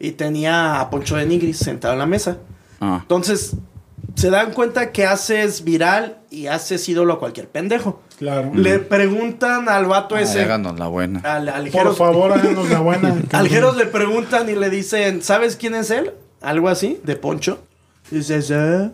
y tenía a Poncho de Nigris sentado en la mesa. Ah. Entonces, se dan cuenta que haces viral y haces ídolo a cualquier pendejo. Claro. Le preguntan al vato Ah, ese, Háganos la buena. al, al Por Jeros- favor, háganos la buena. al Jeros le preguntan y le dicen, ¿sabes quién es él? Algo así, de Poncho. Y dices, ¿eh?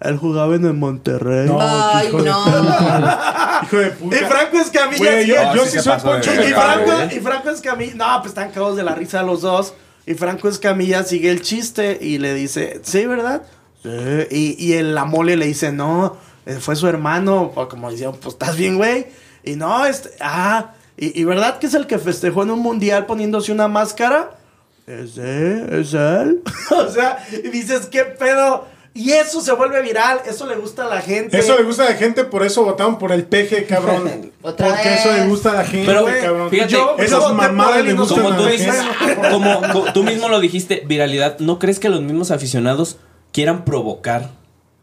Él jugaba en el Monterrey. No, Ay, hijo de no. puta. Hijo de puta. Y Franco Escamilla. Güey, yo, sí- yo sí sí se soy pasó de Poncho. y, verga, Franco- Franco, y Franco Escamilla. No, pues están cagados de la risa los dos. Y Franco Escamilla sigue el chiste y le dice, ¿sí, verdad? Sí. Y, y el la mole le dice, no, eh, fue su hermano. O como decían, pues estás bien, güey. Y no, este, ah, y, y verdad que es el que festejó en un mundial poniéndose una máscara. ¿Es él? ¿Es él? o sea, y dices, ¿qué pedo? Y eso se vuelve viral, eso le gusta a la gente. Eso le gusta a la gente, por eso votaron por el peje, cabrón. Otra Porque vez. eso le gusta a la gente, Pero, güey, cabrón. fíjate, pues, Yo- yo esas voté por mamadas él y le no gustan como a tú la dices, gente. como co- tú mismo lo dijiste, viralidad, ¿no crees que los mismos aficionados quieran provocar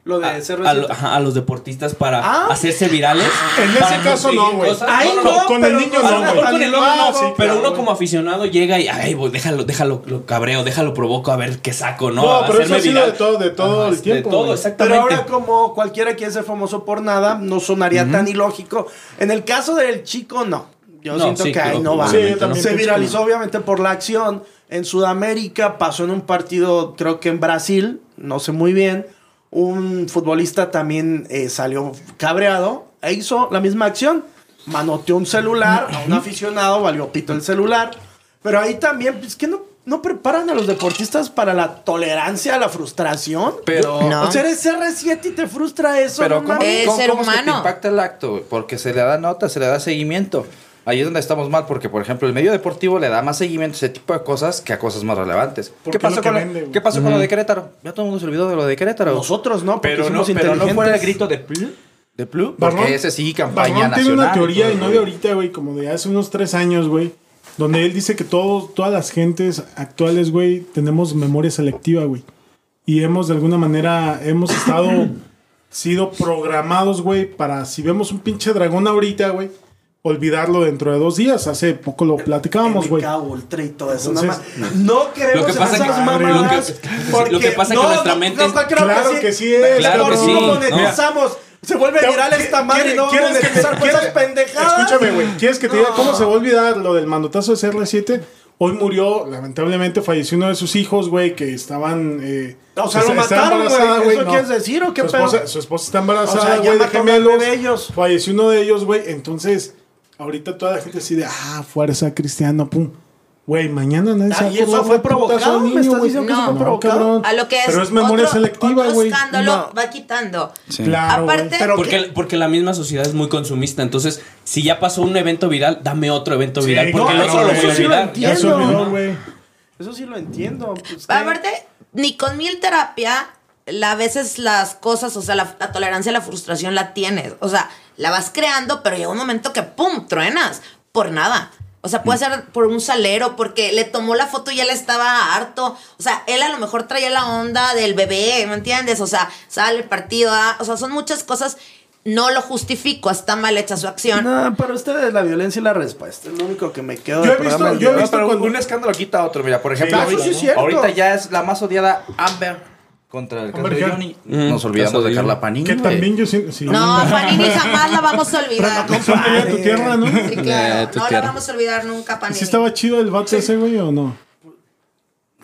Lo de Ah, a, ser a lo- ajá, a los deportistas para Ah. hacerse virales? Ah, En ese Para caso no, conseguir güey. cosas. Ahí No, no, no, no. con pero el niño no, A no, lo mejor güey. con el lobo Ah, no, sí, pero claro, uno güey. como aficionado llega y, ay, güey, déjalo, déjalo, lo cabreo, déjalo, provoco a ver qué saco, ¿no? No, A pero eso hacerme ha sido viral. de todo- de todo el de tiempo, todo, güey. Pero exactamente. ahora como cualquiera quiere ser famoso por nada, no sonaría tan ilógico. En el caso del chico, no. Yo No, siento sí, que ahí creo- no va. Sí, yo también Se pienso viralizó que obviamente por la acción. En Sudamérica pasó en un partido, creo que en Brasil, no sé muy bien. Un futbolista también eh, salió cabreado e hizo la misma acción. Manoteó un celular a un aficionado, valió pito el celular. Pero ahí también, pues que no, no preparan a los deportistas para la tolerancia, a la frustración. Pero, No. O sea, eres CR7 y te frustra eso. pero no ¿cómo, mames. Es cómo- ser cómo es que te humano. impacta el acto? güey? Porque se le da nota, se le da seguimiento. Ahí es donde estamos mal, porque, por ejemplo, el medio deportivo le da más seguimiento a ese tipo de cosas que a cosas más relevantes. Porque ¿Qué es pasó, lo que con, la- vende, güey. ¿qué pasó con lo de Querétaro? Ya todo el mundo se olvidó de lo de Querétaro. Nosotros no, porque pero no, somos pero no inteligentes. fue el grito de Plu. ¿De Plu? Porque Barrón- ese sí, campaña Barrón nacional. tiene una teoría, todo, y no güey. de ahorita, güey, como de hace unos tres años, güey, donde él dice que todos, todas las gentes actuales, güey, tenemos memoria selectiva, güey. Y hemos, de alguna manera, hemos estado, sido programados, güey, para si vemos un pinche dragón ahorita, güey, olvidarlo dentro de dos días. Hace poco lo platicábamos, güey. MK Ultra y todo eso. Entonces, nada más. no queremos Lo que pasa esas que- mamadas lo que- porque- lo que pasa que nuestra mente- no, creo Claro que sí es, Claro Por que eso sí, no no. monetizamos. Se vuelve Te- viral esta madre y no vamos a ¿quieres que te- monetizar por esas quieres- pendejadas. Escúchame, güey. ¿Quieres que te diga No. cómo se va a olvidar lo del manotazo de CR7? Hoy murió, lamentablemente, falleció uno de sus hijos, güey, que estaban. eh, O sea, es- lo está mataron, güey. embarazada, ¿Eso quieres decir o qué su esposa, pedo? Su esposa está O embarazada, sea, ya güey, de mató dos gemelos. de ellos. Falleció uno de ellos, güey. Entonces, ahorita toda la gente así de, ah, fuerza, cristiano, pum. Güey, mañana nadie Ah, se va a ¿y eso acordar fue del putazo provocado? al ¿Me niño, estás güey. diciendo que eso fue provocado? cabrón. A lo que es. Pero es memoria otro- selectiva, otro güey. escándalo No. va quitando. Sí. Claro, güey. Aparte- Pero Porque, porque la misma sociedad es muy consumista. Entonces, si ya pasó un evento viral, dame otro evento Sí, viral. Porque no, el otro no, lo eso voy a sí lo olvidar. entiendo. ya se olvidó, güey. Eso sí lo entiendo. pues, ¿qué? Aparte, ni con mil terapia, la, a veces las cosas, o sea, la, la tolerancia a la frustración la tienes. O sea, la vas creando, pero llega un momento que, ¡pum!, truenas por nada. O sea, puede ser por un salero, porque le tomó la foto y ya le estaba harto. O sea, él a lo mejor traía la onda del bebé, ¿me entiendes? O sea, sale el partido. ah, O sea, son muchas cosas. No lo justifico, está mal hecha su acción. No, para ustedes la violencia y la respuesta. Es lo único que me quedo Yo he del visto- programa del yo he día de visto hoy. pero cuando- un escándalo quita a otro. Mira, por ejemplo, Sí, eso ahorita, sí es cierto. ahorita ya es la más odiada Amber contra el caso Amber de Heard. Johnny. Mm, Nos olvidamos caso de de Carla Johnny. Panini. Que güey. también yo siento. Sí. No, Panini jamás la vamos a olvidar. Son allá de tu tierra, ¿no? Sí, claro. Eh, tú no la tierra. vamos a olvidar nunca, Panini. ¿Sí estaba chido el vato ese, güey, o no?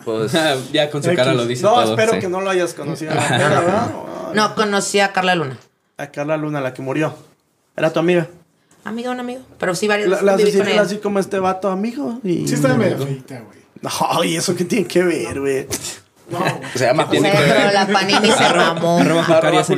Pues, ya con su cara lo dice No, todo. espero sí. que no lo hayas conocido. la perra, ¿verdad? O No, conocí a Carla Luna. A Carla Luna, la que murió. Era tu amiga. Amiga, un amigo. Pero sí, varias La, veces la viví con asesinaron ella. así como este vato, amigo. Y... Sí estaba medio feita, güey. No, ¿y eso qué tiene que ver, güey? se llama Sí, pero la Panini se mamó. Arroba Julcarias en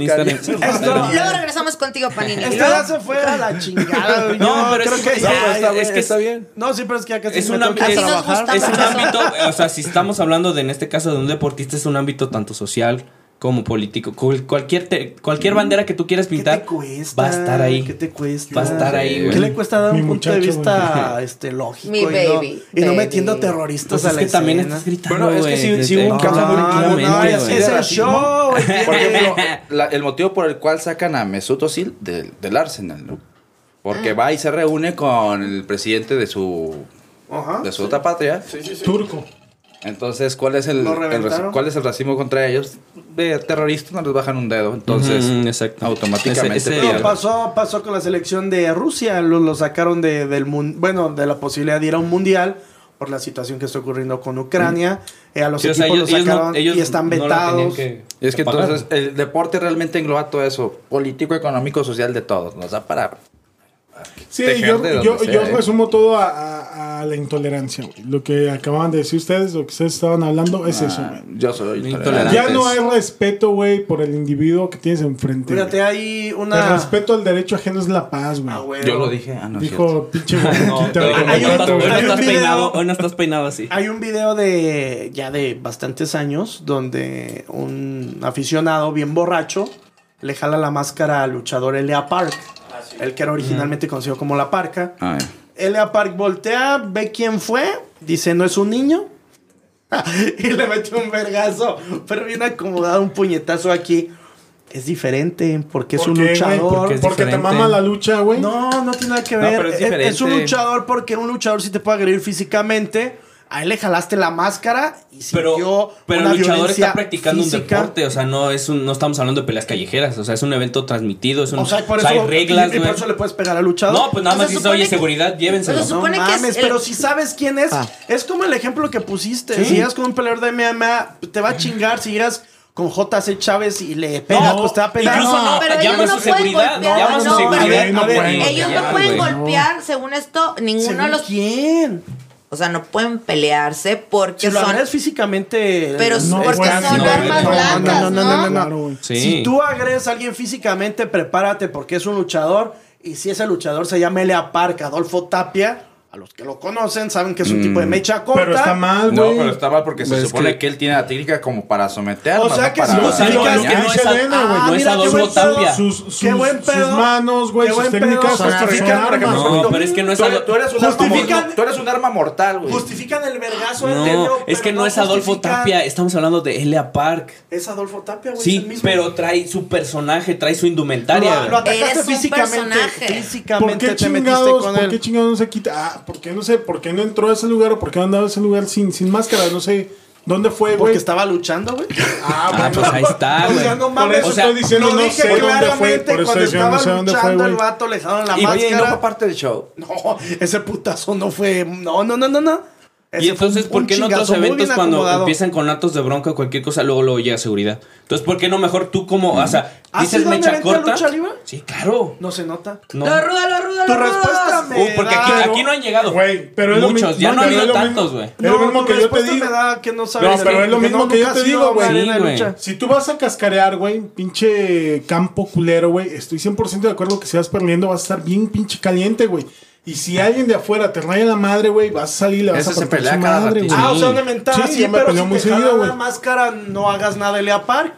Julcarias. Instagram. Luego regresamos contigo, Panini. Este ya se fue a la chingada. güey. No, pero creo es- que es- ya, está- ya, es que está bien. No, sí, pero es que ya casi Es Pues me un, tengo ámbito, que Así es, nos trabajar. gusta es un más. ámbito, o sea, si estamos hablando de en este caso de un deportista, es un ámbito tanto social como político. Cual- Cualquier, te- cualquier bandera que tú quieras ¿Qué te pintar cuesta? va a estar ahí. ¿Qué te cuesta? Va a estar ahí, güey. ¿Qué le cuesta dar Mi un punto de muchacho, vista este, lógico? Mi y no- baby, Y no, baby. metiendo terroristas Entonces a Pues es la que también escena. estás gritando. Bueno, es que güey, sí- sí desde- hubo un caso No, muy no, claramente, no, güey. es, es el racismo. show. güey. Por ejemplo, la- el motivo por el cual sacan a Mesut Özil del, del Arsenal, ¿no? Ah. Porque va y se reúne con el presidente de su Ah, Ajá. de su otra patria. Turco. Entonces, ¿cuál es el, Lo el reventaron. raci- cuál es el racismo contra ellos? De terroristas no les bajan un dedo, entonces Ujú, exacto. automáticamente Ese- ese- No, pierden. pasó, pasó con la selección de Rusia. Lo, lo sacaron de, del mun- bueno, de la posibilidad de ir a un mundial por la situación que está ocurriendo con Ucrania. Eh, a los Sí, o sea, equipos los ellos- ellos no- sacaron ellos y están no la tenían vetados. que- Y es que pagar. entonces el deporte realmente engloba todo eso, político, económico, social de todos, nos da para Sí, Tejer yo, de donde yo, sea, yo ¿eh? resumo todo a, a- a la intolerancia, güey. Lo que acababan de decir ustedes, lo que ustedes estaban hablando, es eso, Ah, güey. yo soy Intolerante. Ya intolerante. no hay respeto, güey, por el individuo que tienes enfrente. Fíjate, güey. hay El una. respeto al derecho ajeno es la paz, güey. Ah, güey. Yo lo dije, ah, no es cierto. Dijo pinche güey. No, quita, hoy no güey. hay un- estás- hoy no hay un estás video- peinado- hoy no estás peinado así. Hay un video de ya de bastantes años donde un aficionado bien borracho le jala la máscara al luchador L.A. Park, Ah, el que era originalmente conocido como La Parca. Ay. L.A. Park voltea, ve quién fue, dice, no es un niño. y le mete un vergazo, pero bien acomodado, un puñetazo aquí. Es diferente, porque es ¿Por un qué, güey? luchador. Porque, es porque te diferente. mama la lucha, güey. No, no tiene nada que No, ver. pero es es, es un diferente. luchador porque un luchador sí te puede agredir físicamente. A él le jalaste la máscara y sintió Pero, pero una el luchador violencia está practicando física. un deporte, o sea, no es un, no estamos hablando de peleas callejeras, o sea, es un evento transmitido, es un, O sea, por o sea, eso, hay reglas, y- y, por güey. eso le puedes pegar al luchador. No, pues nada O sea, más dice, supone oye, que- seguridad, llévenselo. Pero se No supone que es mames, el- pero si sabes quién es, Ah. es como el ejemplo que pusiste. Si llegas con un peleador de MMA, te va a chingar. Si llegas con JC Chávez y le pegas, pues te va a pegar. Incluso No, no, pero ellos llama a no su pueden seguridad, golpear, llama a su no, pero- seguridad. No a ver, pueden Ellos no ya, pueden güey. golpear, según esto, ninguno de ¿según los. quién? O sea, no pueden pelearse porque Si lo son. agredes físicamente. Pero es- no, es porque casi- son armas blancas, ¿no? Claro, güey. Sí. Si tú agredes a alguien físicamente, prepárate porque es un luchador. Y si ese luchador se llama Elia Park, Adolfo Tapia, a los que lo conocen saben que es un tipo de mecha corta. Mm, Pero está mal, No, güey. pero está mal porque se Pues es supone que- que... él tiene la técnica como para someter. O más sea no que para... si O sea, Sí, no, claro, es que que no dice es a- Elena, güey. ah, no es mira, qué Adolfo buen pedo. Tapia. Sus, sus, Qué buen sus pedo. manos, güey, Qué sus buen técnicas, pedo. son Son son africanos, por armas, ejemplo. güey. No, pero es que no es Tú, Adolfo. tú eres un Justifican- arma mortal. Tú eres un arma mortal, güey. Justifican el vergazo del dedo, No, es pero que no es Adolfo justifican- Tapia, estamos hablando de Elia Park. Es Adolfo Tapia, güey. es el Sí, mismo. pero trae su personaje, trae su indumentaria. lo, lo güey. atacaste Eres un físicamente. personaje. ¿Por Físicamente qué te metiste chingados, con por qué él. chingados no se quita? Ah, ¿por qué no sé? ¿Por qué no entró a ese lugar o por qué no andaba a ese lugar sin, sin máscara? No sé. ¿Dónde fue, güey? Porque estaba luchando, güey. Ah, Ah, pues ahí está, O güey. sea, no Por mames. eso o sea, estoy diciendo, lo no dije sé dónde fue. claramente Por eso cuando estoy diciendo, estaba no sé dónde luchando fue, el güey. vato le dejaron la Y oye, ¿y no máscara. fue parte del show. No, ese putazo no fue. No, no, no, no, no. Ese Y entonces, fue un ¿por qué en otros chingazo muy eventos bien cuando acomodado. empiezan con actos de bronca o cualquier cosa, luego luego llega seguridad? Entonces, ¿por qué no mejor tú como, o sea, ¿Has dices ido a un mecha evento de corta? lucha libre? Sí, claro. No se nota. No. ¡Lo ruda, lo ruda, Tu lo ruda! respuesta me. Uh, porque aquí, da- aquí no han llegado. Güey, pero es lo Muchos, mi- ya no, no, pero han es habido lo mismo. tantos, güey. Es lo No, mismo tu que yo te respuesta digo. me da que no sabes. pero de es lo porque mismo no, que yo nunca te has ido digo, a una güey. arena de Sí, güey. lucha. Si tú vas a cascarear, güey, pinche campo culero, güey, estoy 100% de acuerdo que si vas perdiendo vas a estar bien pinche caliente, güey. Y si alguien de afuera te raya la madre, güey, vas a salir y le vas Ese a se partir pelea su cada madre, ratito. güey. Ah, o sea, Ah, una mentada. Sí, Sí, yo me pero peleo si muy te seguido, jalan la güey. máscara, no hagas nada de Lea Park.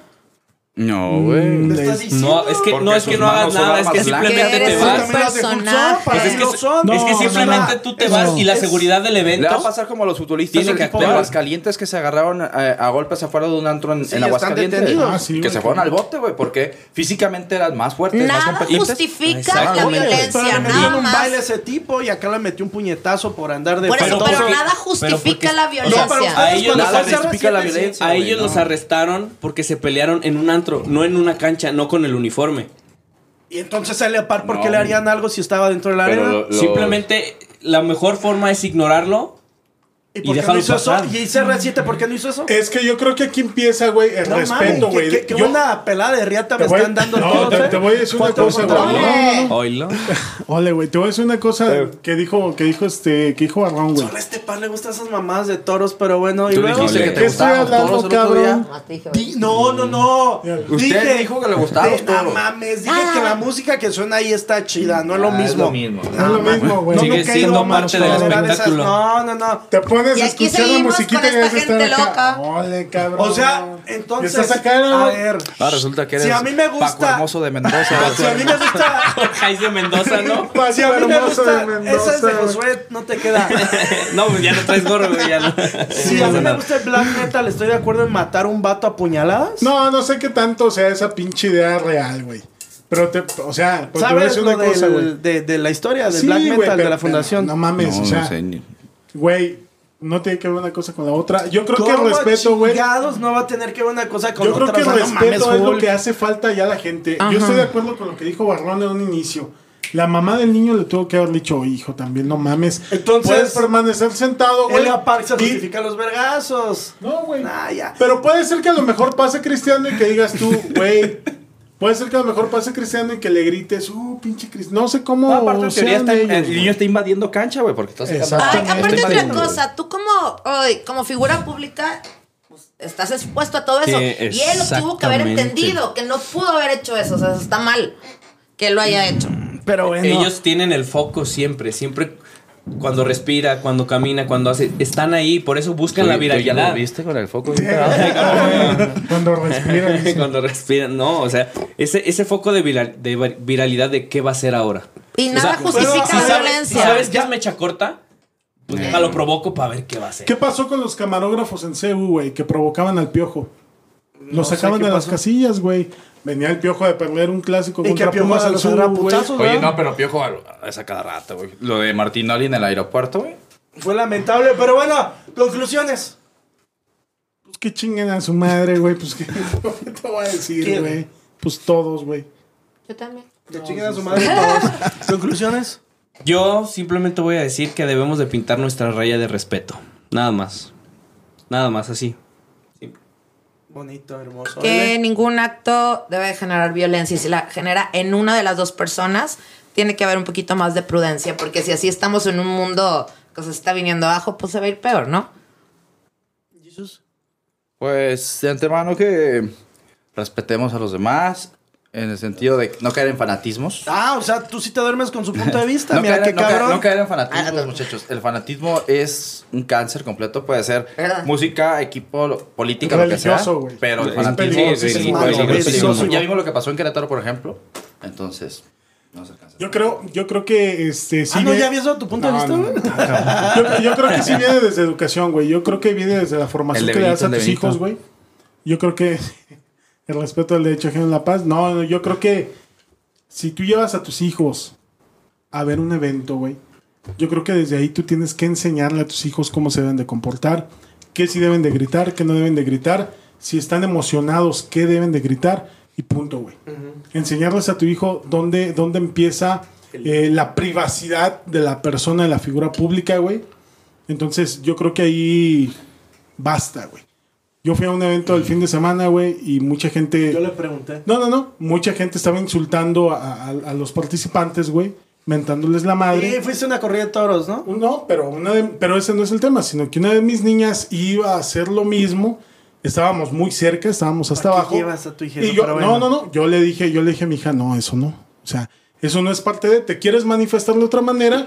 No, güey. ¿Me estás Les- diciendo? No, es que Porque no es que sus no hagas manos son nada, es que armas blancas. simplemente Que te eres vas. un personaje. Pues es que, es que No, simplemente no, tú te no. vas y la Es- seguridad del Le va a evento. pasar como a los futbolistas Tiene que de actuar. Aguascalientes que se agarraron a, a golpes afuera de un antro en, Sí, en están Aguascalientes. detenidos. Ah, sí, que güey. se fueron al bote, güey, porque físicamente eran más fuertes, más Nada competentes. justifica la Exactamente. Pero violencia, le metió en nada un más. baile a ese tipo y acá le metió un puñetazo por andar de Por eso, faltoso. pero porque- nada pero justifica porque- la O sea, violencia. para A ustedes ellos cuando nada salgan justifica la recién- violencia. A güey, ellos no. los arrestaron porque se pelearon en un antro, no en una cancha, no con el uniforme. Y entonces sale a par porque No. le harían algo si estaba dentro de la arena. Pero lo- los- Simplemente la mejor forma es ignorarlo. ¿Y y por qué no déjalo hizo eso? pasar. ¿Y CR7 por qué no hizo eso? Es que yo creo que aquí empieza, güey, el No Eh, respeto, mames, güey. qué- qué- qué Yo- buena pelada de riata Te me voy- están dando No, todos, te- ¿eh? te voy a decir una Cuatro cosa, contra güey. uno. Ole. Oílo. Ole, güey, te voy a decir una cosa Eh. que dijo, que dijo este, que dijo Barrón, güey. Solo a este par le gustan esas mamadas de toros, pero bueno. Y Tú luego... dijiste Ole. que te ¿Qué estoy gustaban los toros hablando, el otro día? cabrón? Nomás te dije, Di- No, no, no. Usted Dije- dijo que le gustaban los De- No toros. mames, dije Ah. que la música que suena ahí está chida, no es lo Ah, es mismo. lo mismo. No es lo mismo, güey. No, Sigue nunca he siendo ido a una parte del madrugada de esas. espectáculo. No, no, no. Te pones Y a aquí escuchar la seguimos musiquita con y vas a esta estar gente acá. loca. Ole, cabrón. O sea, entonces. Estás acá, a güey. ver. Ah, resulta que eres Si a mí me gusta- Paco Hermoso de Mendoza. Si a mí me gusta. Jorge de Mendoza, ¿no? Si a mí me Hermoso de gusta. Mendoza, Esa es de güey. Josué, no te queda. No, pues ya no traes gorro, güey. Ya no. Si No a pasa mí me nada. gusta el black metal, estoy de acuerdo en matar a un vato a puñaladas. No, no sé qué tanto sea esa pinche idea real, güey. Pero te, o sea, pues te voy ¿Sabes a decir lo una cosa, güey. del- de, de la historia del Sí, black metal güey, de pero- la fundación? No mames, o sea, güey, no tiene que ver una cosa con la otra. Yo creo que el ¿Cómo respeto, güey. chingados no va a tener que ver una cosa con Yo creo otra? que el O sea, no mames, respeto es lo Hulk. que hace falta ya a la gente. Ajá. Yo estoy de acuerdo con lo que dijo Barrón en un inicio. La mamá del niño le tuvo que haber dicho, hijo, también no mames. Entonces, puedes permanecer sentado, güey. Él a Park se y- justifica los vergazos. No, güey. Nah, ya. Pero puede ser que a lo mejor pase Cristiano y que digas tú, güey. Puede ser que a lo mejor pase Cristiano y que le grites, uh, pinche Cristiano. No sé cómo. No, aparte, en teoría, sean está- ellos, el güey. niño está invadiendo cancha, güey, porque está sacando- Exacto. Ay, Exactamente. aparte Estoy otra invadiendo, cosa, tú como, ay, como figura pública pues, estás expuesto a todo eso. Sí, Y él lo tuvo que haber exactamente. entendido, que no pudo haber hecho eso, o sea, está mal que lo haya hecho. Pero bueno. Ellos tienen el foco siempre, siempre cuando respira, cuando camina, cuando hace. Están ahí, por eso buscan la Tú- tú ya viralidad. lo viste con el foco bien pegado. Cuando respira. dice. cuando respiran, no, o sea, ese, ese foco de, viral- de vi- viralidad de qué va a ser ahora. Y O nada sea, justifica si la sabes- si violencia. Eh. sabes que es mecha corta, pues déjalo lo provoco para ver qué va a ser. ¿Qué pasó con los camarógrafos en CEU, güey? Que provocaban al piojo. Los sacaban de las casillas, güey. Venía el piojo de perder un clásico Y contra que Piojo Pumas al los Sur, agarra güey. putazos. Oye, no, pero Piojo a- es a cada rato, güey. Lo de Martinoli en el aeropuerto, güey. Fue lamentable, pero bueno, conclusiones. Pues que chinguen a su madre, güey. Pues que ¿qué te voy a decir, ¿Quién? güey. Pues todos, güey. Yo también. Que chinguen a su madre todos. conclusiones. Yo simplemente voy a decir que debemos de pintar nuestra raya de respeto. Nada más. Nada más así. Bonito, hermoso. Que Ole. ningún acto debe de generar violencia y si la genera en una de las dos personas, tiene que haber un poquito más de prudencia, porque si así estamos en un mundo que se está viniendo abajo, pues se va a ir peor, ¿no? Pues de antemano que respetemos a los demás en el sentido de no caer en fanatismos. Ah, o sea, tú sí te duermes con su punto de vista. No Mira caer, qué no caer- cabrón. no caer en Ah, fanatismos, perdón. muchachos. El fanatismo es un cáncer completo. Puede ser ¿Verdad? música, equipo, lo- política, Religioso, lo que güey. sea. Pero el Es fanatismo peligroso, es sí, malo, güey, es peligroso. Ya vimos lo que pasó en Querétaro, por ejemplo. Entonces, no se alcanza. Yo creo, yo creo que este sí. Ah, no, ve- ya habías dado tu punto de No, vista, no, güey. no, cabrón. yo, yo creo que sí viene desde educación, güey. Yo creo que viene desde la formación El de que le das a Benito, el tus de hijos, güey. Yo creo que el respeto al derecho ajeno en la paz. No, no, yo creo que si tú llevas a tus hijos a ver un evento, güey, yo creo que desde ahí tú tienes que enseñarle a tus hijos cómo se deben de comportar, qué sí deben de gritar, qué no deben de gritar, si están emocionados, qué deben de gritar y punto, güey. Enseñarles a tu hijo dónde, dónde empieza eh, la privacidad de la persona, de la figura pública, güey. Entonces yo creo que ahí basta, güey. Yo fui a un evento el fin de semana, güey, y mucha gente... Yo le pregunté. No, no, no. Mucha gente estaba insultando a, a- a los participantes, güey. Mentándoles la Sí, madre. fuiste a una corrida de toros, ¿no? No, pero, una de- pero ese no es el tema, sino que una de mis niñas iba a hacer lo mismo. Estábamos muy cerca, estábamos hasta ¿Para qué abajo. llevas a tu hija? Y No, yo, pero no, bueno. no, no. Yo le dije, yo le dije a mi hija, no, eso no. O sea, eso no es parte de. Te quieres manifestar de otra manera.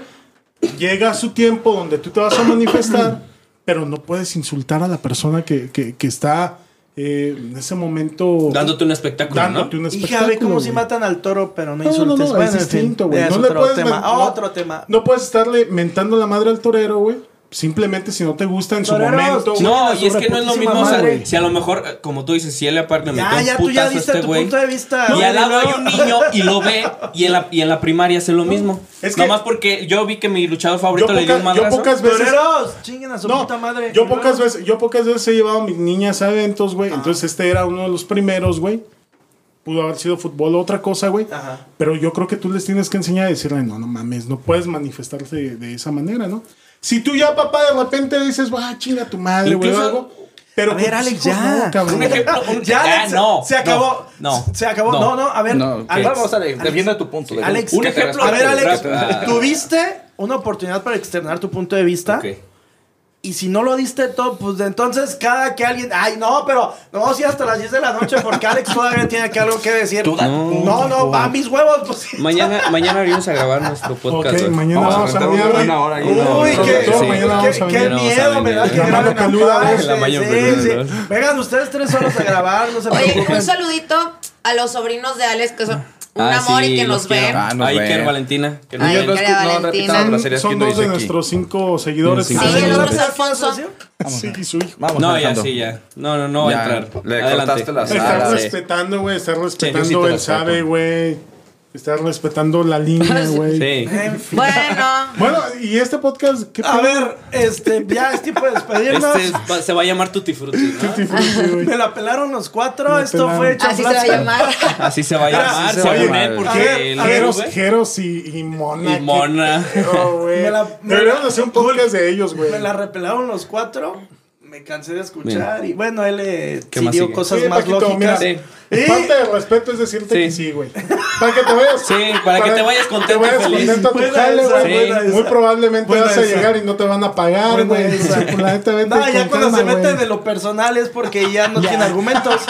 Llega su tiempo donde tú te vas a manifestar, pero no puedes insultar a la persona que, que- que está eh, en ese momento... Dándote un espectáculo, dándote ¿no? un Y ya ve espectáculo, cómo si güey. matan al toro, pero no No, no, insultes. no, Bueno, es en fin, distinto, güey. es No le otro puedes tema. men- no- otro tema. No puedes estarle mentando la madre al torero, güey. Simplemente si no te gusta en su Toreros, momento. güey. chinga la No, y es que no es lo sobreputísima mismo. o sea, madre. si a lo mejor, eh, como tú dices, si él le aparte le metió Ya, un ya tú ya putazo a diste este tu güey. punto de vista. Y No, al lado no. hay un niño y lo ve. Y en la, y en la primaria hace lo mismo. Es que- Nomás porque yo vi que mi luchador Yo, favorito le dio un poca- yo madrazo. pocas veces... Toreros, chinguen a su No, puta madre. yo pocas veces, yo pocas veces he llevado a mis niñas a eventos, Ah. güey. Entonces este era uno de los primeros, güey. Pudo haber sido fútbol o otra cosa, güey. Ajá. Pero yo creo que tú les tienes que enseñar a decirle, no, no mames, no puedes manifestarte de, de esa manera, ¿no? Si tú ya, papá, de repente dices, va, chinga tu madre, güey, o Incluso- algo. Pero A con ver, tus Alex, hijos ya. no, cabrón. Un ejemplo, un- Ya, Ah, Alex, no, se acabó. no, se acabó. no. No, no, a ver. No, Alex, vamos, Alex, defiende tu punto. defiende Alex, tu un punto, que te ejemplo. A ver, respete, Alex, que te respete. tuviste una oportunidad para externar tu punto de vista. Ok. Y si no lo diste todo, pues de entonces cada que alguien. Ay, no, pero no, sí, hasta las 10 de la noche, porque Alex todavía tiene que algo que decir. Tú da- no, no, van mis huevos, pues sí. Mañana, mañana venimos a grabar nuestro podcast. Ok, güey. mañana vamos, a rentar venir, una- güey. una hora aquí. No, Uy, no, qué, sí, qué- mañana vamos a qué venir. miedo me da que La graben mano peluda, acá, ¿ves? eh, La mano sí, peluda, sí. ¿no? Vengan ustedes tres solos a grabar, no se Oye, un preocupen. saludito a los sobrinos de Alex, que son un Ah, amor y sí, que los nos quiero. ven. Ah, nos Ay, ven. que Valentina. que nos Ay, ven. Yo no, Clara escu- no Valentina. repitamos Son, groserías que son no dos de dice aquí. nuestros cinco seguidores. Sí, que sí, son el de- otro es Alfonso. Sí, y su hijo. Vamos, No, ya, Alejandro. sí, ya. No, no, no va Ya, a entrar. le Adelante. cortaste las Estar alas. Sí. respetando, güey. Estar respetando, sí te él la saco. sabe, güey. Estar respetando la Ah, línea, güey. Eh, Sí. Este Bueno, Bueno, y este podcast, ¿qué A ver, este, ya es tiempo de despedirnos. Este es- va- se va a llamar Tutti Frutti, ¿no? Tutti frutti, güey. Me la pelaron los cuatro, Me esto pelaron. fue hecho así se va a llamar. Así se va a llamar, Así se se va va a a llamar. A ver, porque el a ver, Jeros, héroe Jeros y, y Mona. y Mona. qué pedo, güey. Me la- me Deberíamos la- hacer un podcast de ellos, güey. Me la repelaron los cuatro. Me cansé de escuchar. Y bueno, él eh, ¿Qué más siguió sigue? cosas Sí, más Paquito, lógicas. Sí. mira, Y- Parte de respeto es decirte Sí. que sí, güey. Para que te vayas. Sí, para que te vayas contento Te vayas y feliz. contento a tu Buena jale, esa, güey. buena Muy esa. probablemente Buena vas a esa. llegar y no te van a pagar, Buena güey. esa. Sí, la neta, vete No, ya con cuando calma, se meten güey. de lo personal es porque ya no tiene argumentos.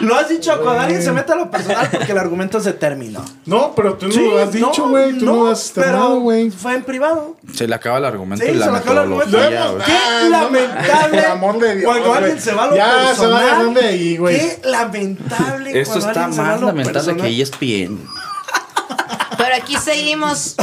Lo has dicho, cuando alguien se mete a lo personal porque el argumento se terminó. No, pero tú no lo has dicho, güey. Tú no, lo has pero externado, güey. Fue en privado. Se le acaba el argumento Sí, y la se le acaba el argumento. Lo metodología, hemos- güey. Qué Ah, no lamentable. mames, por amor de Dios, cuando güey. alguien se va a lo Ya, se va personal. dejando de ahí, güey. Qué lamentable. Esto cuando está alguien se va a más lo lamentable personal. que E ESPN. Pero aquí seguimos.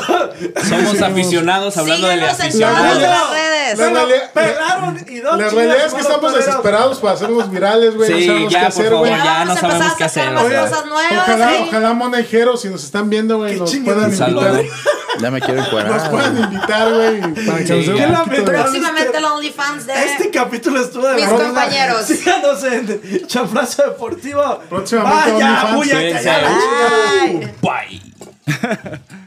Somos aficionados hablando de la Síguenos en afición. La todas realidad- las redes. la Me lo realidad- pelaron y dos La chingas realidad es que fueron estamos toreros. desesperados para hacernos virales, güey. no Sí, sabemos ya, qué por hacer, favor, güey. ya. Ya no vamos a empezar sabemos a qué hacer, sacar más oye. cosas nuevas. Ojalá, ¿sí? ojalá monejeros, si nos están viendo, güey, Qué pues, nos chingón. puedan Un saludo. invitar. Ya me quiero Nos puedan encuadrar. invitar, güey, para que nos Sí, den ya. un poquito de- Próximamente el OnlyFans de Este capítulo estuvo de mis verdad. compañeros. Síganos en Chanflazo Deportivo. Próximamente Vaya, Ah, OnlyFans. bulla, Cuídense. callada. Ay. Bye.